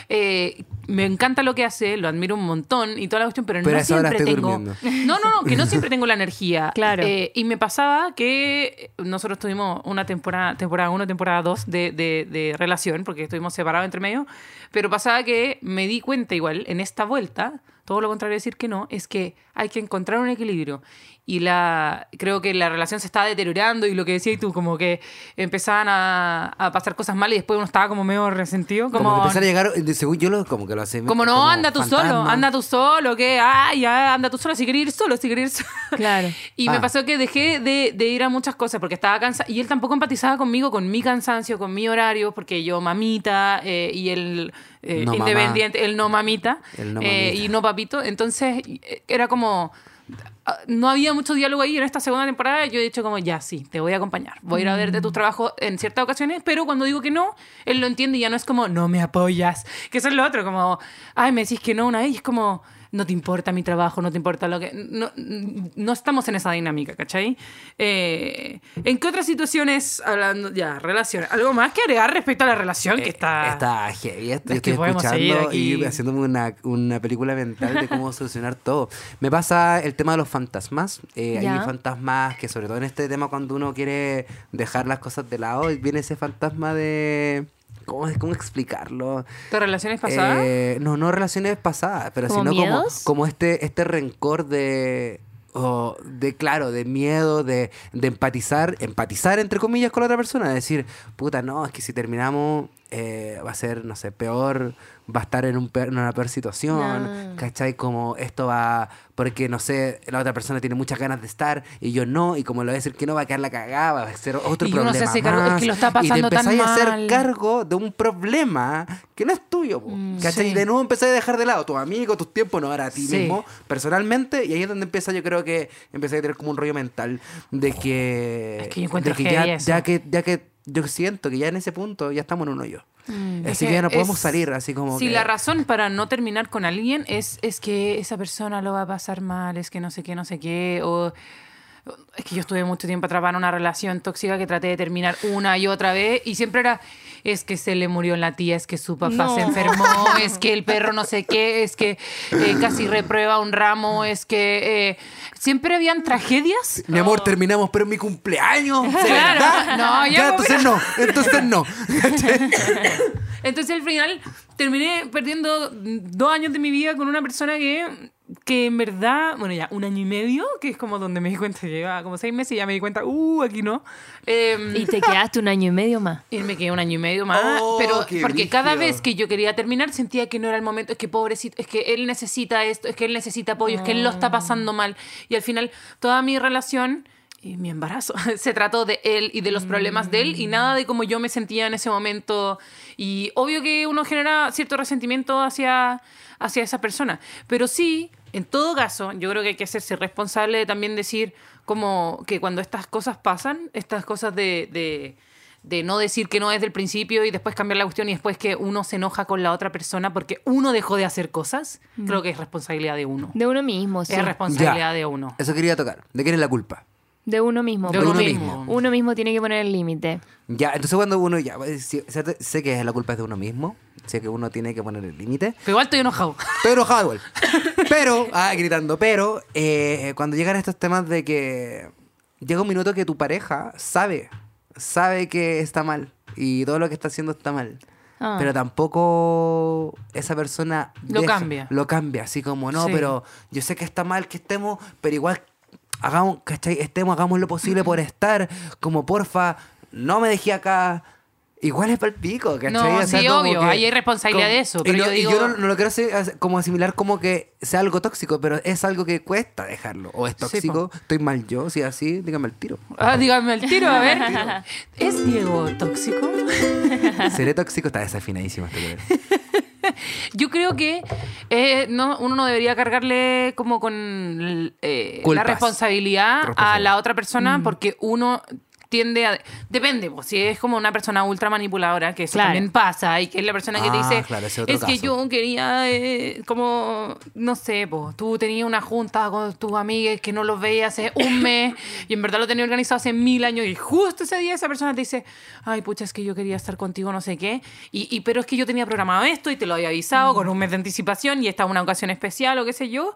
[SPEAKER 2] eh, me encanta lo que hace, lo admiro un montón y toda la cuestión, pero,
[SPEAKER 1] Pero a
[SPEAKER 2] no
[SPEAKER 1] esa hora
[SPEAKER 2] siempre
[SPEAKER 1] estoy
[SPEAKER 2] tengo.
[SPEAKER 1] durmiendo.
[SPEAKER 2] No, no, no, que no siempre tengo la energía.
[SPEAKER 3] Claro.
[SPEAKER 2] Eh, y me pasaba que eh, nosotros tuvimos una temporada, temporada 1, temporada 2 de, de- de relación, porque estuvimos separados entre medio, pero pasaba que me di cuenta igual en esta vuelta, todo lo contrario de decir que no, es que hay que encontrar un equilibrio. Y la, creo que la relación se estaba deteriorando y lo que decías tú, como que empezaban a, a pasar cosas mal y después uno estaba como medio resentido.
[SPEAKER 1] Como,
[SPEAKER 2] Como,
[SPEAKER 1] que empezar a llegar, eh, según yo, lo, como que lo hace.
[SPEAKER 2] como no,
[SPEAKER 1] como
[SPEAKER 2] anda tú solo,
[SPEAKER 1] fantasma.
[SPEAKER 2] anda tú solo, que, ay, ya, anda tú solo, si quieres ir solo, si quieres ir solo.
[SPEAKER 3] Claro.
[SPEAKER 2] Y
[SPEAKER 1] Ah.
[SPEAKER 2] me pasó que dejé de, de ir a muchas cosas porque estaba cansada. Y él tampoco empatizaba conmigo, con mi cansancio, con mi horario, porque yo mamita eh, y él eh,
[SPEAKER 1] No mamá.
[SPEAKER 2] independiente, él no mamita
[SPEAKER 1] Él no
[SPEAKER 2] eh,
[SPEAKER 1] mamita.
[SPEAKER 2] y no papito. Entonces eh, era como. ah, No había mucho diálogo ahí en esta segunda temporada. Yo he dicho como, ya, sí, te voy a acompañar. Voy a ir a verte tus trabajos en ciertas ocasiones, pero cuando digo que no, él lo entiende y ya no es como, no me apoyas. Que eso es lo otro, como, ay, me decís que no una vez y es como, no te importa mi trabajo, no te importa lo que... No, no estamos en esa dinámica, ¿cachai? Eh, ¿En qué otras situaciones, hablando ya, relaciones? ¿Algo más que agregar respecto a la relación que está...
[SPEAKER 1] Eh, Está heavy esto.
[SPEAKER 2] Es
[SPEAKER 1] Yo
[SPEAKER 2] que
[SPEAKER 1] estoy
[SPEAKER 2] podemos seguir
[SPEAKER 1] escuchando y
[SPEAKER 2] aquí.
[SPEAKER 1] haciéndome una, una película mental de cómo solucionar todo. Me pasa el tema de los fantasmas. Eh, hay
[SPEAKER 3] Ya.
[SPEAKER 1] fantasmas que, sobre todo en este tema, cuando uno quiere dejar las cosas de lado, viene ese fantasma de. ¿Cómo, cómo explicarlo?
[SPEAKER 2] ¿Tus relaciones pasadas?
[SPEAKER 1] Eh, no, no relaciones pasadas, pero
[SPEAKER 3] ¿Como
[SPEAKER 1] sino como,
[SPEAKER 3] miedos?
[SPEAKER 1] como este, este rencor de. o de claro, de miedo, de, de empatizar, empatizar entre comillas con la otra persona, de decir, puta, no, es que si terminamos eh, va a ser, no sé, peor, va a estar en, un peor- en una peor situación,
[SPEAKER 3] Ah.
[SPEAKER 1] ¿cachai? Como esto va, porque no sé, la otra persona tiene muchas ganas de estar y yo no, y como le voy a decir que no, va a quedar la cagada, va a ser otro
[SPEAKER 2] Y uno se
[SPEAKER 1] problema.
[SPEAKER 2] hace cargo, es
[SPEAKER 1] más.
[SPEAKER 2] que lo está
[SPEAKER 1] y te
[SPEAKER 2] pasando tan
[SPEAKER 1] empezáis a hacer
[SPEAKER 2] mal.
[SPEAKER 1] cargo cargo de un problema que no es tuyo, po, ¿cachai?
[SPEAKER 2] Mm, Sí.
[SPEAKER 1] Y de nuevo empecé a dejar de lado tus amigos, tus tiempos, no, ahora a ti
[SPEAKER 2] Sí.
[SPEAKER 1] mismo, personalmente, y ahí es donde empieza, yo creo que empecé a tener como un rollo mental de que...
[SPEAKER 2] Oh, Es que yo encuentro
[SPEAKER 1] de que
[SPEAKER 2] heavy
[SPEAKER 1] ya,
[SPEAKER 2] eso.
[SPEAKER 1] ya que ya que yo siento que ya en ese punto ya estamos en un hoyo. Así que, ya no
[SPEAKER 2] Mm, es-
[SPEAKER 1] podemos salir, así como...
[SPEAKER 2] Si
[SPEAKER 1] que-
[SPEAKER 2] la razón para no terminar con alguien es, es que esa persona lo va a pasar mal, es que no sé qué, no sé qué, o es que yo estuve mucho tiempo atrapada en una relación tóxica que traté de terminar una y otra vez y siempre era es que se le murió la tía, es que su papá
[SPEAKER 3] No.
[SPEAKER 2] se enfermó, es que el perro no sé qué, es que eh, casi reprueba un ramo, es que eh, siempre habían tragedias.
[SPEAKER 1] Mi amor, terminamos, pero es mi cumpleaños.
[SPEAKER 2] Claro. No, ya
[SPEAKER 1] ya
[SPEAKER 2] me
[SPEAKER 1] entonces no, entonces no.
[SPEAKER 2] Entonces al final terminé perdiendo dos años de mi vida con una persona que, que en verdad, bueno ya, un año y medio, que es como donde me di cuenta, llevaba como seis meses y ya me di cuenta, uh, aquí no. Em,
[SPEAKER 3] Y te quedaste un año y medio más.
[SPEAKER 2] y me quedé un año y medio más.
[SPEAKER 1] Oh,
[SPEAKER 2] pero
[SPEAKER 1] qué
[SPEAKER 2] porque cada
[SPEAKER 1] brígido.
[SPEAKER 2] vez que yo quería terminar sentía que no era el momento. Es que pobrecito, es que él necesita esto, es que él necesita apoyo, es que él lo está pasando mal. Y al final toda mi relación y mi embarazo se trató de él y de los problemas de él y nada de cómo yo me sentía en ese momento. Y obvio que uno genera cierto resentimiento hacia, hacia esa persona. Pero sí, en todo caso, yo creo que hay que hacerse responsable de también decir como que cuando estas cosas pasan, estas cosas de- de de no decir que no desde el principio y después cambiar la cuestión y después que uno se enoja con la otra persona porque uno dejó de hacer cosas, creo que es responsabilidad de uno.
[SPEAKER 3] De uno mismo, sí.
[SPEAKER 2] Es responsabilidad
[SPEAKER 1] Ya.
[SPEAKER 2] de uno.
[SPEAKER 1] Eso quería tocar. ¿De quién es la culpa?
[SPEAKER 3] De uno mismo.
[SPEAKER 2] De
[SPEAKER 3] porque
[SPEAKER 1] uno
[SPEAKER 3] uno
[SPEAKER 1] mismo.
[SPEAKER 3] mismo. tiene que poner el límite.
[SPEAKER 1] Ya, entonces cuando uno ya, sí, sé, sé que la culpa es de uno mismo, sé que uno tiene que poner el límite,
[SPEAKER 2] Pero igual estoy enojado.
[SPEAKER 1] pero Howell, pero, ah, gritando, pero eh, cuando llegan estos temas de que llega un minuto que tu pareja sabe, sabe que está mal y todo lo que está haciendo está mal.
[SPEAKER 3] Ah.
[SPEAKER 1] Pero tampoco esa persona
[SPEAKER 2] Lo cambia.
[SPEAKER 1] Lo cambia, así como, no,
[SPEAKER 2] Sí.
[SPEAKER 1] pero yo sé que está mal que estemos, pero igual hagamos, ¿cachai? Estemos, hagamos lo posible por estar, como porfa, no me dejé acá. Igual es para el pico, ¿cachai?
[SPEAKER 2] No,
[SPEAKER 1] O sea,
[SPEAKER 2] sí,
[SPEAKER 1] como
[SPEAKER 2] obvio,
[SPEAKER 1] que-
[SPEAKER 2] ahí hay responsabilidad
[SPEAKER 1] como-
[SPEAKER 2] de eso,
[SPEAKER 1] y
[SPEAKER 2] pero
[SPEAKER 1] no-
[SPEAKER 2] yo
[SPEAKER 1] y
[SPEAKER 2] digo-
[SPEAKER 1] no, no lo quiero hacer- hacer- como asimilar como que sea algo tóxico, pero es algo que cuesta dejarlo. O es
[SPEAKER 2] Sí, po.
[SPEAKER 1] tóxico, estoy mal yo, si es así, dígame el tiro.
[SPEAKER 2] Ah, dígame el tiro, a ver. ¿Es Diego tóxico?
[SPEAKER 1] Seré tóxico, está este desafinadísima esta weá.
[SPEAKER 2] Yo creo que eh, no, uno no debería cargarle como con eh, la
[SPEAKER 1] Culpas.
[SPEAKER 2] responsabilidad a
[SPEAKER 1] Responsabilidad.
[SPEAKER 2] la otra persona porque uno tiende a... Depende, pues, si es como una persona ultra manipuladora, que eso
[SPEAKER 3] Claro.
[SPEAKER 2] también pasa, y que es la persona que te
[SPEAKER 1] Ah,
[SPEAKER 2] dice,
[SPEAKER 1] claro, ese
[SPEAKER 2] es
[SPEAKER 1] otro
[SPEAKER 2] que
[SPEAKER 1] caso".
[SPEAKER 2] yo quería, eh, como, no sé, pues, tú tenías una junta con tus amigas que no los veías hace un mes, y en verdad lo tenías organizado hace mil años, y justo ese día esa persona te dice, ay, pucha, es que yo quería estar contigo, no sé qué, y, y- pero es que yo tenía programado esto y te lo había avisado
[SPEAKER 1] Mm.
[SPEAKER 2] con un mes de anticipación, y esta es una ocasión especial o qué sé yo,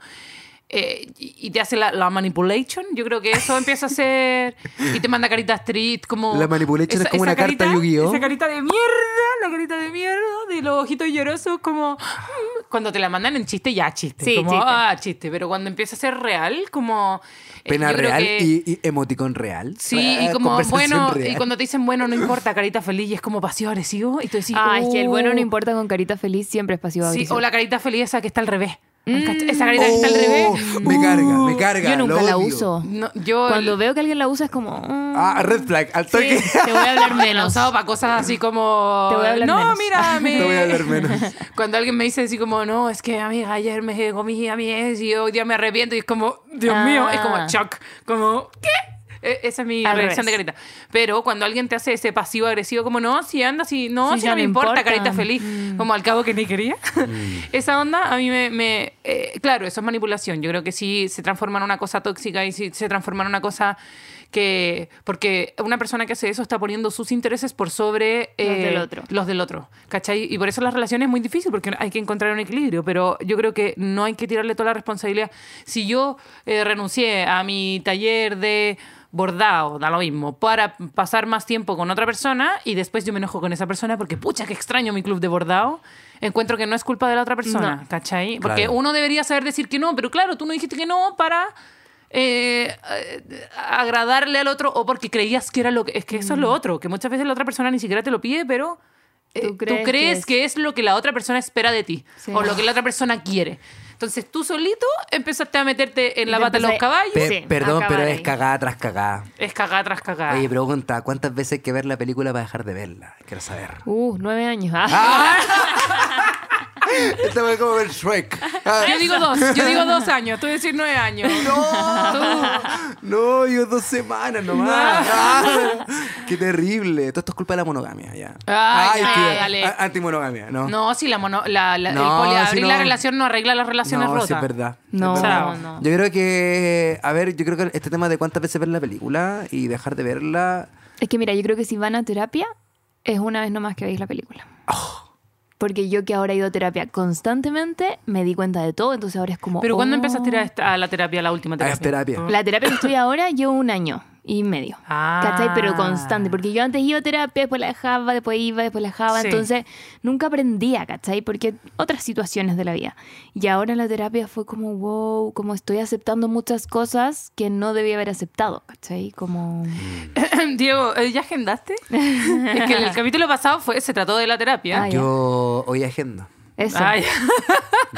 [SPEAKER 2] eh, y y te hace la, la manipulation. Yo creo que eso empieza a ser. Y te manda caritas tristes, como.
[SPEAKER 1] La manipulation es como una carta
[SPEAKER 2] carita-
[SPEAKER 1] Yu-Gi-Oh.
[SPEAKER 2] Esa carita de mierda, la carita de mierda, de los ojitos llorosos, como. mm, Cuando te la mandan en chiste, ya chiste.
[SPEAKER 3] Sí,
[SPEAKER 2] como,
[SPEAKER 3] chiste.
[SPEAKER 2] ah, chiste. Pero cuando empieza a ser real, como. eh,
[SPEAKER 1] Pena
[SPEAKER 2] yo creo
[SPEAKER 1] real
[SPEAKER 2] que-
[SPEAKER 1] y, y emoticón real.
[SPEAKER 2] Sí,
[SPEAKER 1] Ah,
[SPEAKER 2] y como,
[SPEAKER 1] conversación
[SPEAKER 2] bueno, y
[SPEAKER 1] real.
[SPEAKER 2] cuando te dicen, bueno, no importa, carita feliz, y es como pasivo agresivo, y tú decís,
[SPEAKER 3] ah, es que el bueno
[SPEAKER 2] "Uh".
[SPEAKER 3] no importa con carita feliz, siempre es pasivo
[SPEAKER 2] Sí,
[SPEAKER 3] agresivo.
[SPEAKER 2] o la carita feliz esa que está al revés. ¿Cachai? Esa carita que está al
[SPEAKER 1] Oh,
[SPEAKER 2] revés. uh,
[SPEAKER 1] Me carga, me carga.
[SPEAKER 3] Yo
[SPEAKER 1] lo
[SPEAKER 3] nunca la
[SPEAKER 1] odio.
[SPEAKER 3] uso.
[SPEAKER 2] No, yo
[SPEAKER 3] Cuando veo que alguien la usa es como... mm,
[SPEAKER 1] Ah, red flag, al toque.
[SPEAKER 3] sí, te voy a hablar
[SPEAKER 2] la he
[SPEAKER 3] menos.
[SPEAKER 2] usado para cosas así como.
[SPEAKER 3] Te voy a hablar
[SPEAKER 2] no,
[SPEAKER 3] menos".
[SPEAKER 2] mira, me.
[SPEAKER 1] Te voy a hablar menos.
[SPEAKER 2] Cuando alguien me dice así como, no, es que amiga, ayer me comí a mi ex y hoy día me arrepiento, y es como, Dios
[SPEAKER 3] Ah.
[SPEAKER 2] mío, es como shock. Como, ¿qué? E- Esa es mi
[SPEAKER 3] Al
[SPEAKER 2] reacción de
[SPEAKER 3] revés.
[SPEAKER 2] carita. Pero cuando alguien te hace ese pasivo agresivo, como, no, si anda, si no,
[SPEAKER 3] Sí,
[SPEAKER 2] si
[SPEAKER 3] ya
[SPEAKER 2] no me
[SPEAKER 3] no
[SPEAKER 2] importa,
[SPEAKER 3] importa. Mm.
[SPEAKER 2] carita feliz, como al cabo que ni quería. Esa onda a mí me. me, eh, claro, eso es manipulación. Yo creo que sí se transforma en una cosa tóxica y sí se transforma en una cosa que. Porque una persona que hace eso está poniendo sus intereses por sobre.
[SPEAKER 3] Los
[SPEAKER 2] eh,
[SPEAKER 3] del otro.
[SPEAKER 2] Los del otro. ¿Cachai? Y por eso las relaciones es muy difícil porque hay que encontrar un equilibrio. Pero yo creo que no hay que tirarle toda la responsabilidad. Si yo eh, renuncié a mi taller de bordado, da lo mismo, para pasar más tiempo con otra persona y después yo me enojo con esa persona porque pucha que extraño mi club de bordado, encuentro que no es culpa de la otra persona,
[SPEAKER 3] No.
[SPEAKER 2] ¿cachai? Porque
[SPEAKER 1] Claro.
[SPEAKER 2] uno debería saber decir que no, pero claro, tú no dijiste que no para eh, eh, agradarle al otro o porque creías que era lo que... Es que eso es lo otro, que muchas veces la otra persona ni siquiera te lo pide, pero... eh, tú
[SPEAKER 3] Tú
[SPEAKER 2] crees,
[SPEAKER 3] crees que es-
[SPEAKER 2] que, es... lo que la otra persona espera de ti
[SPEAKER 3] Sí.
[SPEAKER 2] o lo que la otra persona quiere. Entonces tú solito empezaste a meterte en la
[SPEAKER 3] Te
[SPEAKER 2] bata de los
[SPEAKER 3] empecé-
[SPEAKER 2] caballos.
[SPEAKER 1] Pe-
[SPEAKER 3] Sí,
[SPEAKER 1] perdón,
[SPEAKER 3] acabar
[SPEAKER 1] pero
[SPEAKER 3] ahí.
[SPEAKER 1] es cagada tras cagada.
[SPEAKER 2] Es cagada tras cagada.
[SPEAKER 1] Oye, pregunta, ¿cuántas veces hay que ver la película para dejar de verla? Quiero saber.
[SPEAKER 3] Uh, nueve años. Ah.
[SPEAKER 1] Esto fue como ver Shrek. Ah,
[SPEAKER 2] Yo digo dos, yo digo dos años, tú decís nueve años.
[SPEAKER 1] no, yo dos semanas nomás. Ah, qué terrible. Todo esto es culpa de la monogamia, ya.
[SPEAKER 2] Ay, ya,
[SPEAKER 1] que-
[SPEAKER 2] dale.
[SPEAKER 1] a- antimonogamia, ¿no?
[SPEAKER 2] No, si la mono, la, la-
[SPEAKER 1] No,
[SPEAKER 2] el poliabrir
[SPEAKER 1] si no.
[SPEAKER 2] la relación no arregla las relaciones
[SPEAKER 1] No,
[SPEAKER 2] rotas.
[SPEAKER 1] sí es verdad. sí es
[SPEAKER 3] No,
[SPEAKER 1] verdad.
[SPEAKER 3] no.
[SPEAKER 1] Yo creo que, a ver, yo creo que este tema de cuántas veces ver la película y dejar de verla,
[SPEAKER 3] Es que mira, yo creo que si van a terapia, es una vez nomás que veis la película. Oh. Porque yo que ahora he ido a terapia constantemente, me di cuenta de todo, entonces ahora es como...
[SPEAKER 2] Pero ¿cuándo
[SPEAKER 3] oh.
[SPEAKER 2] empezaste a ir a, esta- a la terapia, la última
[SPEAKER 1] Ah,
[SPEAKER 2] terapia?
[SPEAKER 1] es terapia.
[SPEAKER 3] La terapia que estoy ahora llevo un año y medio.
[SPEAKER 2] Ah.
[SPEAKER 3] ¿Cachai? Pero constante. Porque yo antes iba a terapia, después la dejaba, después iba, después la dejaba.
[SPEAKER 2] Sí.
[SPEAKER 3] Entonces nunca aprendía, ¿cachai? Porque otras situaciones de la vida. Y ahora la terapia fue como, wow, como estoy aceptando muchas cosas que no debía haber aceptado, ¿cachai? Como...
[SPEAKER 2] Diego, ¿eh, ¿ya agendaste? es que el capítulo pasado fue, se trató de la terapia.
[SPEAKER 3] Ah, ya.
[SPEAKER 1] yo hoy agenda.
[SPEAKER 3] Eso.
[SPEAKER 2] Ay,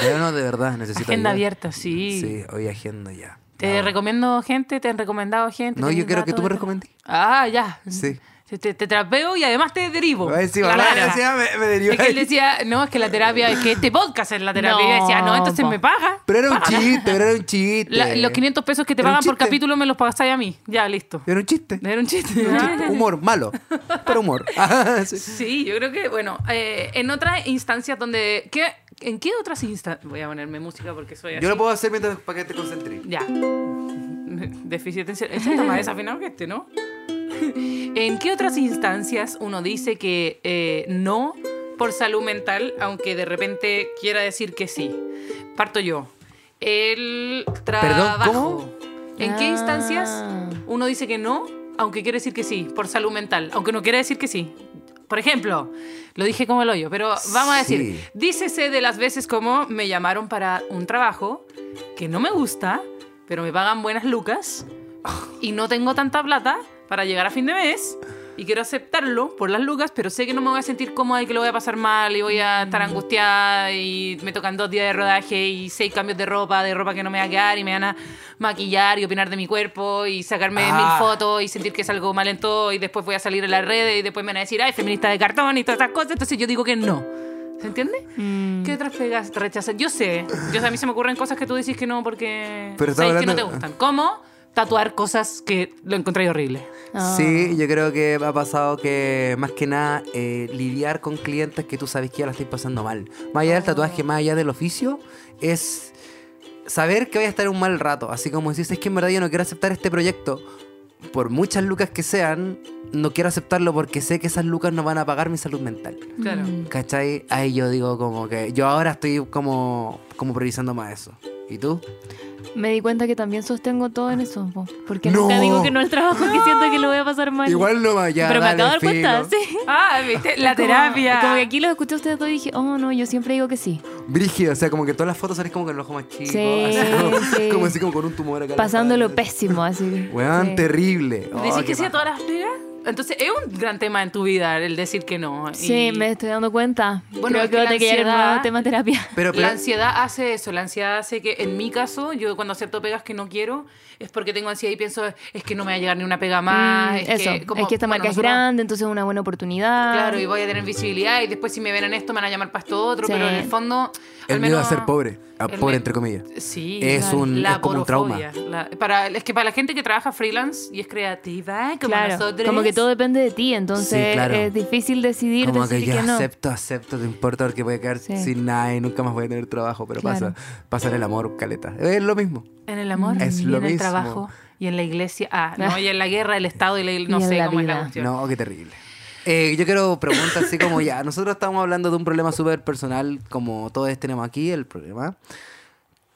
[SPEAKER 1] Ya no, de verdad, necesito ayuda.
[SPEAKER 2] agenda abierta, sí.
[SPEAKER 1] Sí, hoy agenda ya.
[SPEAKER 2] Te recomiendo gente, te han recomendado gente.
[SPEAKER 1] No, yo
[SPEAKER 2] tenés
[SPEAKER 1] creo que tú
[SPEAKER 2] datos
[SPEAKER 1] me
[SPEAKER 2] de-
[SPEAKER 1] recomendí.
[SPEAKER 2] Ah, ya.
[SPEAKER 1] Sí.
[SPEAKER 2] Te, te- te trapeo y además te derivo.
[SPEAKER 1] Ay, sí,
[SPEAKER 2] La
[SPEAKER 1] mamá,
[SPEAKER 2] rara.
[SPEAKER 1] decía, me- me derivó
[SPEAKER 2] Es que él
[SPEAKER 1] ahí.
[SPEAKER 2] decía, no, es que la terapia, es que este podcast es la terapia. y yo decía, no,
[SPEAKER 3] No,
[SPEAKER 2] entonces
[SPEAKER 3] po.
[SPEAKER 2] me paga.
[SPEAKER 1] Pero era un
[SPEAKER 2] Paga.
[SPEAKER 1] chiste, pero era un chiste.
[SPEAKER 2] La- los 500 pesos que te
[SPEAKER 1] Era un
[SPEAKER 2] pagan por
[SPEAKER 1] chiste.
[SPEAKER 2] capítulo me los pagaste a mí. Ya, listo.
[SPEAKER 1] Era un chiste.
[SPEAKER 2] Era un chiste.
[SPEAKER 1] Era un chiste. Humor, malo. Pero humor. Ah, sí.
[SPEAKER 2] Ah. Sí, yo creo que, bueno, eh, en otras instancias donde... ¿qué, ¿En qué otras instancias? Voy a ponerme música porque soy así.
[SPEAKER 1] Yo lo puedo hacer mientras para que te concentres.
[SPEAKER 2] Ya. Déficit atención. Este está más desafinado que este, ¿no? ¿En qué otras instancias uno dice que eh, no por salud mental, aunque de repente quiera decir que sí? Parto yo. El trabajo.
[SPEAKER 1] ¿cómo?
[SPEAKER 2] ¿En qué
[SPEAKER 3] Ah.
[SPEAKER 2] instancias uno dice que no, aunque quiere decir que sí, por salud mental, aunque no quiera decir que sí? Por ejemplo, lo dije como el hoyo, pero vamos a decir,
[SPEAKER 1] Sí.
[SPEAKER 2] dícese de las veces como me llamaron para un trabajo que no me gusta, pero me pagan buenas lucas y no tengo tanta plata para llegar a fin de mes y quiero aceptarlo por las lucas, pero sé que no me voy a sentir cómoda y que lo voy a pasar mal y voy a estar angustiada y me tocan dos días de rodaje y seis cambios de ropa, de ropa que no me va a quedar y me van a maquillar y opinar de mi cuerpo y sacarme
[SPEAKER 1] Ah.
[SPEAKER 2] mil fotos y sentir que salgo mal en todo y después voy a salir en las redes y después me van a decir, ay, feminista de cartón y todas esas cosas, entonces yo digo que no. ¿Se entiende?
[SPEAKER 3] Mm.
[SPEAKER 2] ¿Qué otras pegas rechazas? Yo sé, yo sé, a mí se me ocurren cosas que tú decís que no porque
[SPEAKER 1] Pero estaba
[SPEAKER 2] sabes que no te
[SPEAKER 1] hablando-
[SPEAKER 2] gustan. ¿Cómo? Tatuar cosas que lo encontré horrible.
[SPEAKER 3] Ah.
[SPEAKER 1] Sí, yo creo que ha pasado que más que nada eh, lidiar con clientes que tú sabes que ya la estáis pasando mal. Más allá del tatuaje, más allá del oficio, es saber que voy a estar un mal rato. Así como decís, es que en verdad yo no quiero aceptar este proyecto. Por muchas lucas que sean, no quiero aceptarlo porque sé que esas lucas no van a pagar mi salud mental.
[SPEAKER 2] Claro.
[SPEAKER 1] ¿Cachai? Ahí yo digo como que yo ahora estoy como, como priorizando más eso. ¿Y tú?
[SPEAKER 3] Me di cuenta que también sostengo todo en eso, po, porque
[SPEAKER 1] No.
[SPEAKER 3] nunca digo que no al trabajo, que siento que lo voy a pasar mal.
[SPEAKER 1] no vaya.
[SPEAKER 3] Pero me acabo de dar cuenta, sí.
[SPEAKER 2] Ah, viste, la
[SPEAKER 3] Como-
[SPEAKER 2] terapia.
[SPEAKER 3] Como que aquí los escuché a ustedes dos y dije, oh no, yo siempre digo que sí.
[SPEAKER 1] Brígido, o sea, como que todas las fotos sales como con el ojo más chico.
[SPEAKER 3] Sí,
[SPEAKER 1] así como,
[SPEAKER 3] sí.
[SPEAKER 1] como así como con un tumor acá. en la
[SPEAKER 3] Pasándolo
[SPEAKER 1] espalda.
[SPEAKER 3] pésimo, así.
[SPEAKER 1] Weón,
[SPEAKER 3] Sí.
[SPEAKER 1] terrible. Oh,
[SPEAKER 2] ¿Decís
[SPEAKER 1] qué
[SPEAKER 2] que sí a
[SPEAKER 1] paja.
[SPEAKER 2] todas las pegas? Entonces, es un gran tema en tu vida el decir que no. y
[SPEAKER 3] Sí, me estoy dando cuenta.
[SPEAKER 2] Bueno, es
[SPEAKER 3] Creo que
[SPEAKER 2] que
[SPEAKER 3] voy a
[SPEAKER 2] la
[SPEAKER 3] tener que llegar a un
[SPEAKER 2] ansiedad-
[SPEAKER 3] nuevo tema terapia.
[SPEAKER 1] Pero, pero-
[SPEAKER 2] la ansiedad hace eso, la ansiedad hace que en mi caso, yo cuando acepto pegas que no quiero, es porque tengo ansiedad y pienso, es que no me va a llegar ni una pega más.
[SPEAKER 3] Mm,
[SPEAKER 2] es
[SPEAKER 3] eso,
[SPEAKER 2] que, como-
[SPEAKER 3] es que esta
[SPEAKER 2] bueno,
[SPEAKER 3] marca es
[SPEAKER 2] nosotros-
[SPEAKER 3] grande, entonces es una buena oportunidad.
[SPEAKER 2] Claro, y voy a tener visibilidad y después si me ven en esto me van a llamar para esto otro,
[SPEAKER 3] Sí.
[SPEAKER 2] pero en el fondo...
[SPEAKER 1] el
[SPEAKER 2] al
[SPEAKER 1] miedo a
[SPEAKER 2] menos-
[SPEAKER 1] ser pobre. A
[SPEAKER 2] el
[SPEAKER 1] pobre,
[SPEAKER 2] me-
[SPEAKER 1] entre comillas.
[SPEAKER 2] Sí,
[SPEAKER 1] Es
[SPEAKER 2] claro.
[SPEAKER 1] un-
[SPEAKER 2] la
[SPEAKER 1] es como un trauma.
[SPEAKER 2] porofobia, la- para, es que para la gente que trabaja freelance y es creativa, como
[SPEAKER 3] Claro,
[SPEAKER 2] nosotros...
[SPEAKER 3] como que todo depende de ti, entonces
[SPEAKER 1] Sí, claro.
[SPEAKER 3] es difícil decidir
[SPEAKER 1] Como que
[SPEAKER 3] decir
[SPEAKER 1] yo
[SPEAKER 3] que, no.
[SPEAKER 1] acepto, acepto, no importa porque voy a quedar
[SPEAKER 3] Sí.
[SPEAKER 1] sin nada y nunca más voy a tener trabajo. Pero
[SPEAKER 3] Claro.
[SPEAKER 1] pasa, pasa en el amor, caleta. Es lo mismo.
[SPEAKER 2] En el amor,
[SPEAKER 1] Es
[SPEAKER 2] y
[SPEAKER 1] lo
[SPEAKER 2] en el
[SPEAKER 1] mismo.
[SPEAKER 2] trabajo, y en la iglesia. Ah, no, y en la guerra, el Estado y la iglesia. No
[SPEAKER 3] Y en
[SPEAKER 2] sé
[SPEAKER 3] la
[SPEAKER 2] cómo es la
[SPEAKER 3] vida.
[SPEAKER 2] cuestión.
[SPEAKER 1] No, qué terrible. Eh, yo quiero preguntar así como ya, nosotros estamos hablando de un problema súper personal como todos tenemos aquí, el problema.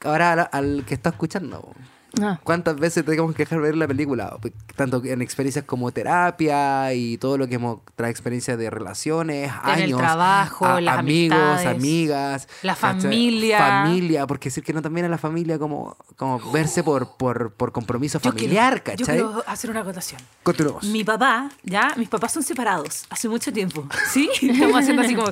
[SPEAKER 1] Ahora al, al que está escuchando,
[SPEAKER 3] Ah,
[SPEAKER 1] ¿cuántas veces tenemos que dejar ver la película? Tanto en experiencias como terapia y todo lo que hemos traído experiencias de relaciones,
[SPEAKER 2] En el
[SPEAKER 1] años.
[SPEAKER 2] trabajo, las
[SPEAKER 1] amigos,
[SPEAKER 2] amistades,
[SPEAKER 1] amigas.
[SPEAKER 2] la
[SPEAKER 1] ¿cachai?
[SPEAKER 2] familia.
[SPEAKER 1] Familia, porque decir que no también a la familia como, como verse por, por, por compromiso familiar,
[SPEAKER 2] quiero,
[SPEAKER 1] ¿cachai?
[SPEAKER 2] Yo quiero hacer una acotación.
[SPEAKER 1] Continuamos.
[SPEAKER 2] Mi papá, ya, mis papás son separados hace mucho tiempo. ¿Sí? Estamos haciendo así como.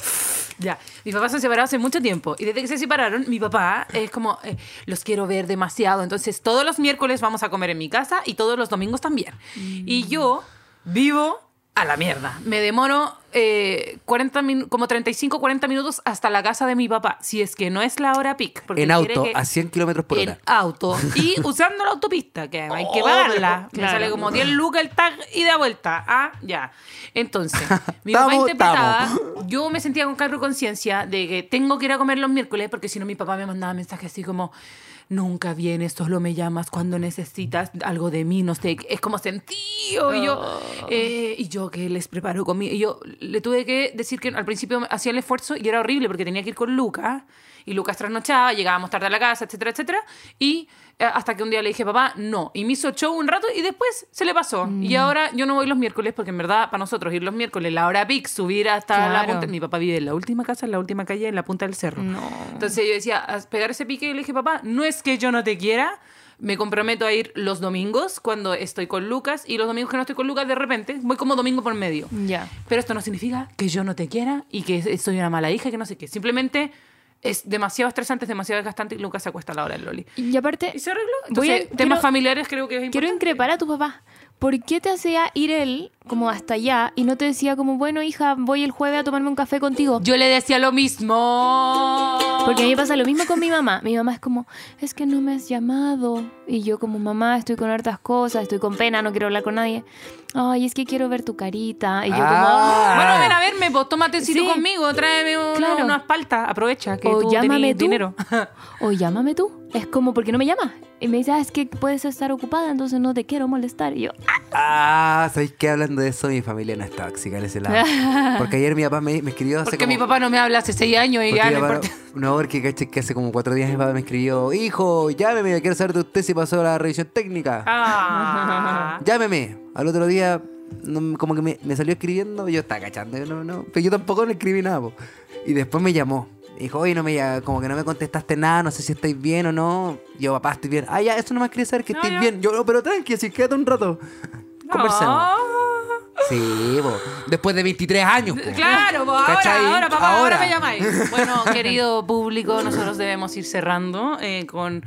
[SPEAKER 2] Ya. Mis papás son separados hace mucho tiempo. Y desde que se separaron, mi papá es como. eh, los quiero ver demasiado. Entonces, todos los miércoles vamos a comer en mi casa y todos los domingos también.
[SPEAKER 1] Mm.
[SPEAKER 2] Y yo vivo a la mierda. Me demoro eh, 40 min- como 35, 40 minutos hasta la casa de mi papá. Si es que no es la hora peak. porque
[SPEAKER 1] en
[SPEAKER 2] quiere
[SPEAKER 1] auto,
[SPEAKER 2] que-
[SPEAKER 1] a 100 kilómetros por
[SPEAKER 2] en
[SPEAKER 1] hora.
[SPEAKER 2] auto y usando la autopista, que además hay que
[SPEAKER 1] Oh,
[SPEAKER 2] pagarla.
[SPEAKER 3] pero-
[SPEAKER 2] Me sale
[SPEAKER 3] claro.
[SPEAKER 2] como 10 lucas el tag y da vuelta. Ah, ya. Entonces, mi papá
[SPEAKER 1] Tamo,
[SPEAKER 2] interpretaba, yo me sentía con cargo y conciencia de que tengo que ir a comer los miércoles porque si no mi papá me mandaba mensajes así como nunca vienes, solo me llamas cuando necesitas algo de mí, no sé, es como sentido y yo eh, y yo que les preparo comida y yo le tuve que decir que al principio hacía el esfuerzo y era horrible porque tenía que ir con Lucas y Lucas trasnochaba, llegábamos tarde a la casa, etcétera, etcétera. Y eh, hasta que un día le dije, papá, no. Y me hizo show un rato y después se le pasó. Y ahora yo no voy los miércoles porque en verdad para nosotros ir los miércoles, la hora pic, subir hasta la
[SPEAKER 3] Claro.
[SPEAKER 2] punta. Mi papá vive en la última casa, en la última calle, en la punta del cerro.
[SPEAKER 3] No.
[SPEAKER 2] Entonces yo decía, a pegar ese pique y le dije, papá, no es que yo no te quiera. Me comprometo a ir los domingos cuando estoy con Lucas y los domingos que no estoy con Lucas de repente voy como domingo por medio.
[SPEAKER 3] ya.
[SPEAKER 2] Pero esto no significa que yo no te quiera y que soy una mala hija, que no sé qué. Simplemente es demasiado estresante, es demasiado desgastante y Lucas se acuesta a la hora del Loli.
[SPEAKER 3] Y aparte,
[SPEAKER 2] ¿Y se arregló?
[SPEAKER 3] Voy a-
[SPEAKER 2] Entonces, temas
[SPEAKER 3] quiero-
[SPEAKER 2] familiares creo que es
[SPEAKER 3] quiero
[SPEAKER 2] importante.
[SPEAKER 3] increpar a tu papá. ¿Por qué te hacía ir él como hasta allá y no te decía como, bueno hija, voy el jueves a tomarme un café contigo?
[SPEAKER 2] Yo le decía lo mismo.
[SPEAKER 3] Porque a mí me pasa lo mismo con mi mamá. Mi mamá es como, es que no me has llamado. Y yo como mamá estoy con hartas cosas, estoy con pena, no quiero hablar con nadie. Ay, es que quiero ver tu carita. Y yo
[SPEAKER 1] Ah.
[SPEAKER 2] Bueno, ven a verme, vos tómate un sitio
[SPEAKER 3] Sí.
[SPEAKER 2] conmigo, tráeme un-
[SPEAKER 3] Claro.
[SPEAKER 2] unas paltas, aprovecha que
[SPEAKER 3] como, o
[SPEAKER 2] tú
[SPEAKER 3] llámame
[SPEAKER 2] tenés
[SPEAKER 3] tú.
[SPEAKER 2] dinero.
[SPEAKER 3] O llámame tú. es como, ¿por qué no me llamas? Y me dice, ah, es que puedes estar ocupada, entonces no te quiero molestar. Y yo, "Ah".
[SPEAKER 1] Ah, ¿sabéis qué? Hablando de eso, mi familia no es tóxica en ese lado. Porque ayer mi papá me, me escribió hace
[SPEAKER 2] Porque
[SPEAKER 1] como-
[SPEAKER 2] mi papá no me habla hace seis años y
[SPEAKER 1] porque
[SPEAKER 2] ya
[SPEAKER 1] mi
[SPEAKER 2] no
[SPEAKER 1] papá-
[SPEAKER 2] importa.
[SPEAKER 1] no, porque caché que hace como cuatro días mi papá me escribió, hijo, llámeme, quiero saber de usted si pasó la revisión técnica.
[SPEAKER 2] Ah.
[SPEAKER 1] Llámeme. Al otro día, no- como que me, me salió escribiendo, yo estaba cachando, yo no, no. Pero yo tampoco le escribí nada, po. Y después me llamó. Me Dijo, oye, no me, lla- como que no me contestaste nada, no sé si estáis bien o no. Yo, papá, estoy bien. Ah, ya, eso nomás quería saber que
[SPEAKER 2] No,
[SPEAKER 1] estáis
[SPEAKER 2] ya.
[SPEAKER 1] bien. Yo, no, pero tranqui, así quédate un rato. Conversemos.
[SPEAKER 2] Ah.
[SPEAKER 1] Sí, po. Después de 23 años, po.
[SPEAKER 2] Claro, pues ahora,
[SPEAKER 1] ¿Cachai?
[SPEAKER 2] ahora, papá, ahora.
[SPEAKER 1] Ahora.
[SPEAKER 2] me llamáis. Bueno, querido público, nosotros debemos ir cerrando eh, con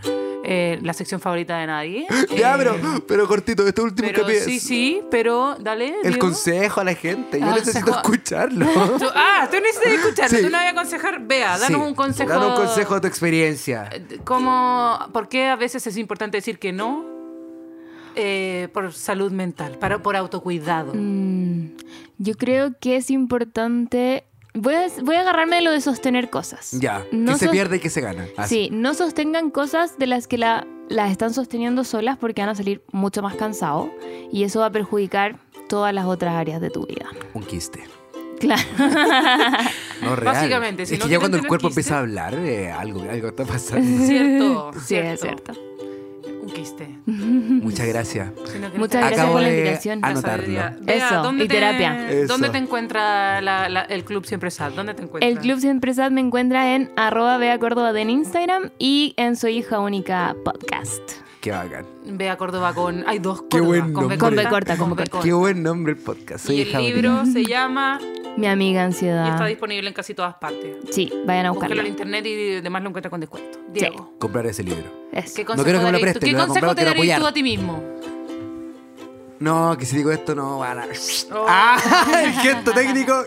[SPEAKER 2] eh, la sección favorita de nadie.
[SPEAKER 1] Ya,
[SPEAKER 2] Eh,
[SPEAKER 1] pero, pero cortito, este último
[SPEAKER 2] pero
[SPEAKER 1] capítulo.
[SPEAKER 2] sí, sí, pero dale.
[SPEAKER 1] El
[SPEAKER 2] Diego.
[SPEAKER 1] consejo a la gente. Yo
[SPEAKER 2] Ah,
[SPEAKER 1] necesito
[SPEAKER 2] consejo.
[SPEAKER 1] escucharlo.
[SPEAKER 2] Tú- ah, tú necesitas escucharlo.
[SPEAKER 1] Sí.
[SPEAKER 2] Tú no voy a aconsejar. Vea, danos
[SPEAKER 1] Sí.
[SPEAKER 2] un consejo.
[SPEAKER 1] Danos un consejo de tu experiencia.
[SPEAKER 2] eh, Como, ¿Por qué a veces es importante decir que no? Eh, por salud mental, para, por autocuidado.
[SPEAKER 3] Mm, yo creo que es importante. Voy a, voy a agarrarme de lo de sostener cosas.
[SPEAKER 1] Ya.
[SPEAKER 3] No
[SPEAKER 1] que se
[SPEAKER 3] sos-
[SPEAKER 1] pierde y que se gana. Así.
[SPEAKER 3] Sí, no sostengan cosas de las que la, las están sosteniendo solas porque van a salir mucho más cansados y eso va a perjudicar todas las otras áreas de tu vida.
[SPEAKER 1] Un quiste.
[SPEAKER 3] Claro.
[SPEAKER 1] No real.
[SPEAKER 2] Básicamente, si
[SPEAKER 1] es
[SPEAKER 2] no
[SPEAKER 1] que ya
[SPEAKER 2] quieren
[SPEAKER 1] cuando el
[SPEAKER 2] tener
[SPEAKER 1] cuerpo
[SPEAKER 2] quiste-
[SPEAKER 1] empieza a hablar, eh, algo, algo está pasando.
[SPEAKER 2] Cierto,
[SPEAKER 3] Sí, es
[SPEAKER 2] cierto.
[SPEAKER 3] cierto.
[SPEAKER 2] Un quiste.
[SPEAKER 1] Muchas gracias.
[SPEAKER 2] Si no, que no
[SPEAKER 3] Muchas
[SPEAKER 2] te-
[SPEAKER 3] gracias
[SPEAKER 1] Acabo
[SPEAKER 3] por la
[SPEAKER 1] de
[SPEAKER 3] invitación.
[SPEAKER 1] anotar. anotarlo.
[SPEAKER 2] Sabiduría. Vea,
[SPEAKER 3] Eso,
[SPEAKER 2] ¿dónde
[SPEAKER 3] y
[SPEAKER 2] te-
[SPEAKER 3] terapia.
[SPEAKER 1] Eso.
[SPEAKER 2] ¿Dónde te encuentra la- la- el Club Siempre Sad? ¿Dónde te encuentra?
[SPEAKER 3] El Club Siempre Sad me encuentra en arroba Bea Córdoba en Instagram y en Soy Hija Única Podcast.
[SPEAKER 1] Qué bacán.
[SPEAKER 2] Vea Córdoba con... Hay dos Córdobas.
[SPEAKER 1] Qué buen
[SPEAKER 2] con B
[SPEAKER 1] nombre.
[SPEAKER 2] corta, con
[SPEAKER 3] Con B corta, con
[SPEAKER 2] B
[SPEAKER 3] B
[SPEAKER 1] Qué
[SPEAKER 2] corta.
[SPEAKER 1] buen nombre el podcast. Soy
[SPEAKER 2] Y el
[SPEAKER 1] hija única.
[SPEAKER 2] libro se llama...
[SPEAKER 3] Mi amiga
[SPEAKER 2] Y está
[SPEAKER 3] ansiedad.
[SPEAKER 2] disponible en casi todas partes.
[SPEAKER 3] Sí, vayan a
[SPEAKER 2] Búsquelo
[SPEAKER 3] buscarlo.
[SPEAKER 2] en internet y además lo encuentra con descuento. Diego,
[SPEAKER 1] Comprar ese libro.
[SPEAKER 3] Eso.
[SPEAKER 2] ¿qué consejo,
[SPEAKER 1] quiero que me lo
[SPEAKER 2] darías tú-
[SPEAKER 1] preste,
[SPEAKER 2] ¿Qué
[SPEAKER 1] lo voy a
[SPEAKER 2] consejo
[SPEAKER 1] comprar,
[SPEAKER 2] te
[SPEAKER 1] lo quiero
[SPEAKER 2] darías tú
[SPEAKER 1] apoyar.
[SPEAKER 2] a ti mismo?
[SPEAKER 1] No, que si digo esto no van a...
[SPEAKER 2] Oh.
[SPEAKER 1] Ah, el gesto técnico.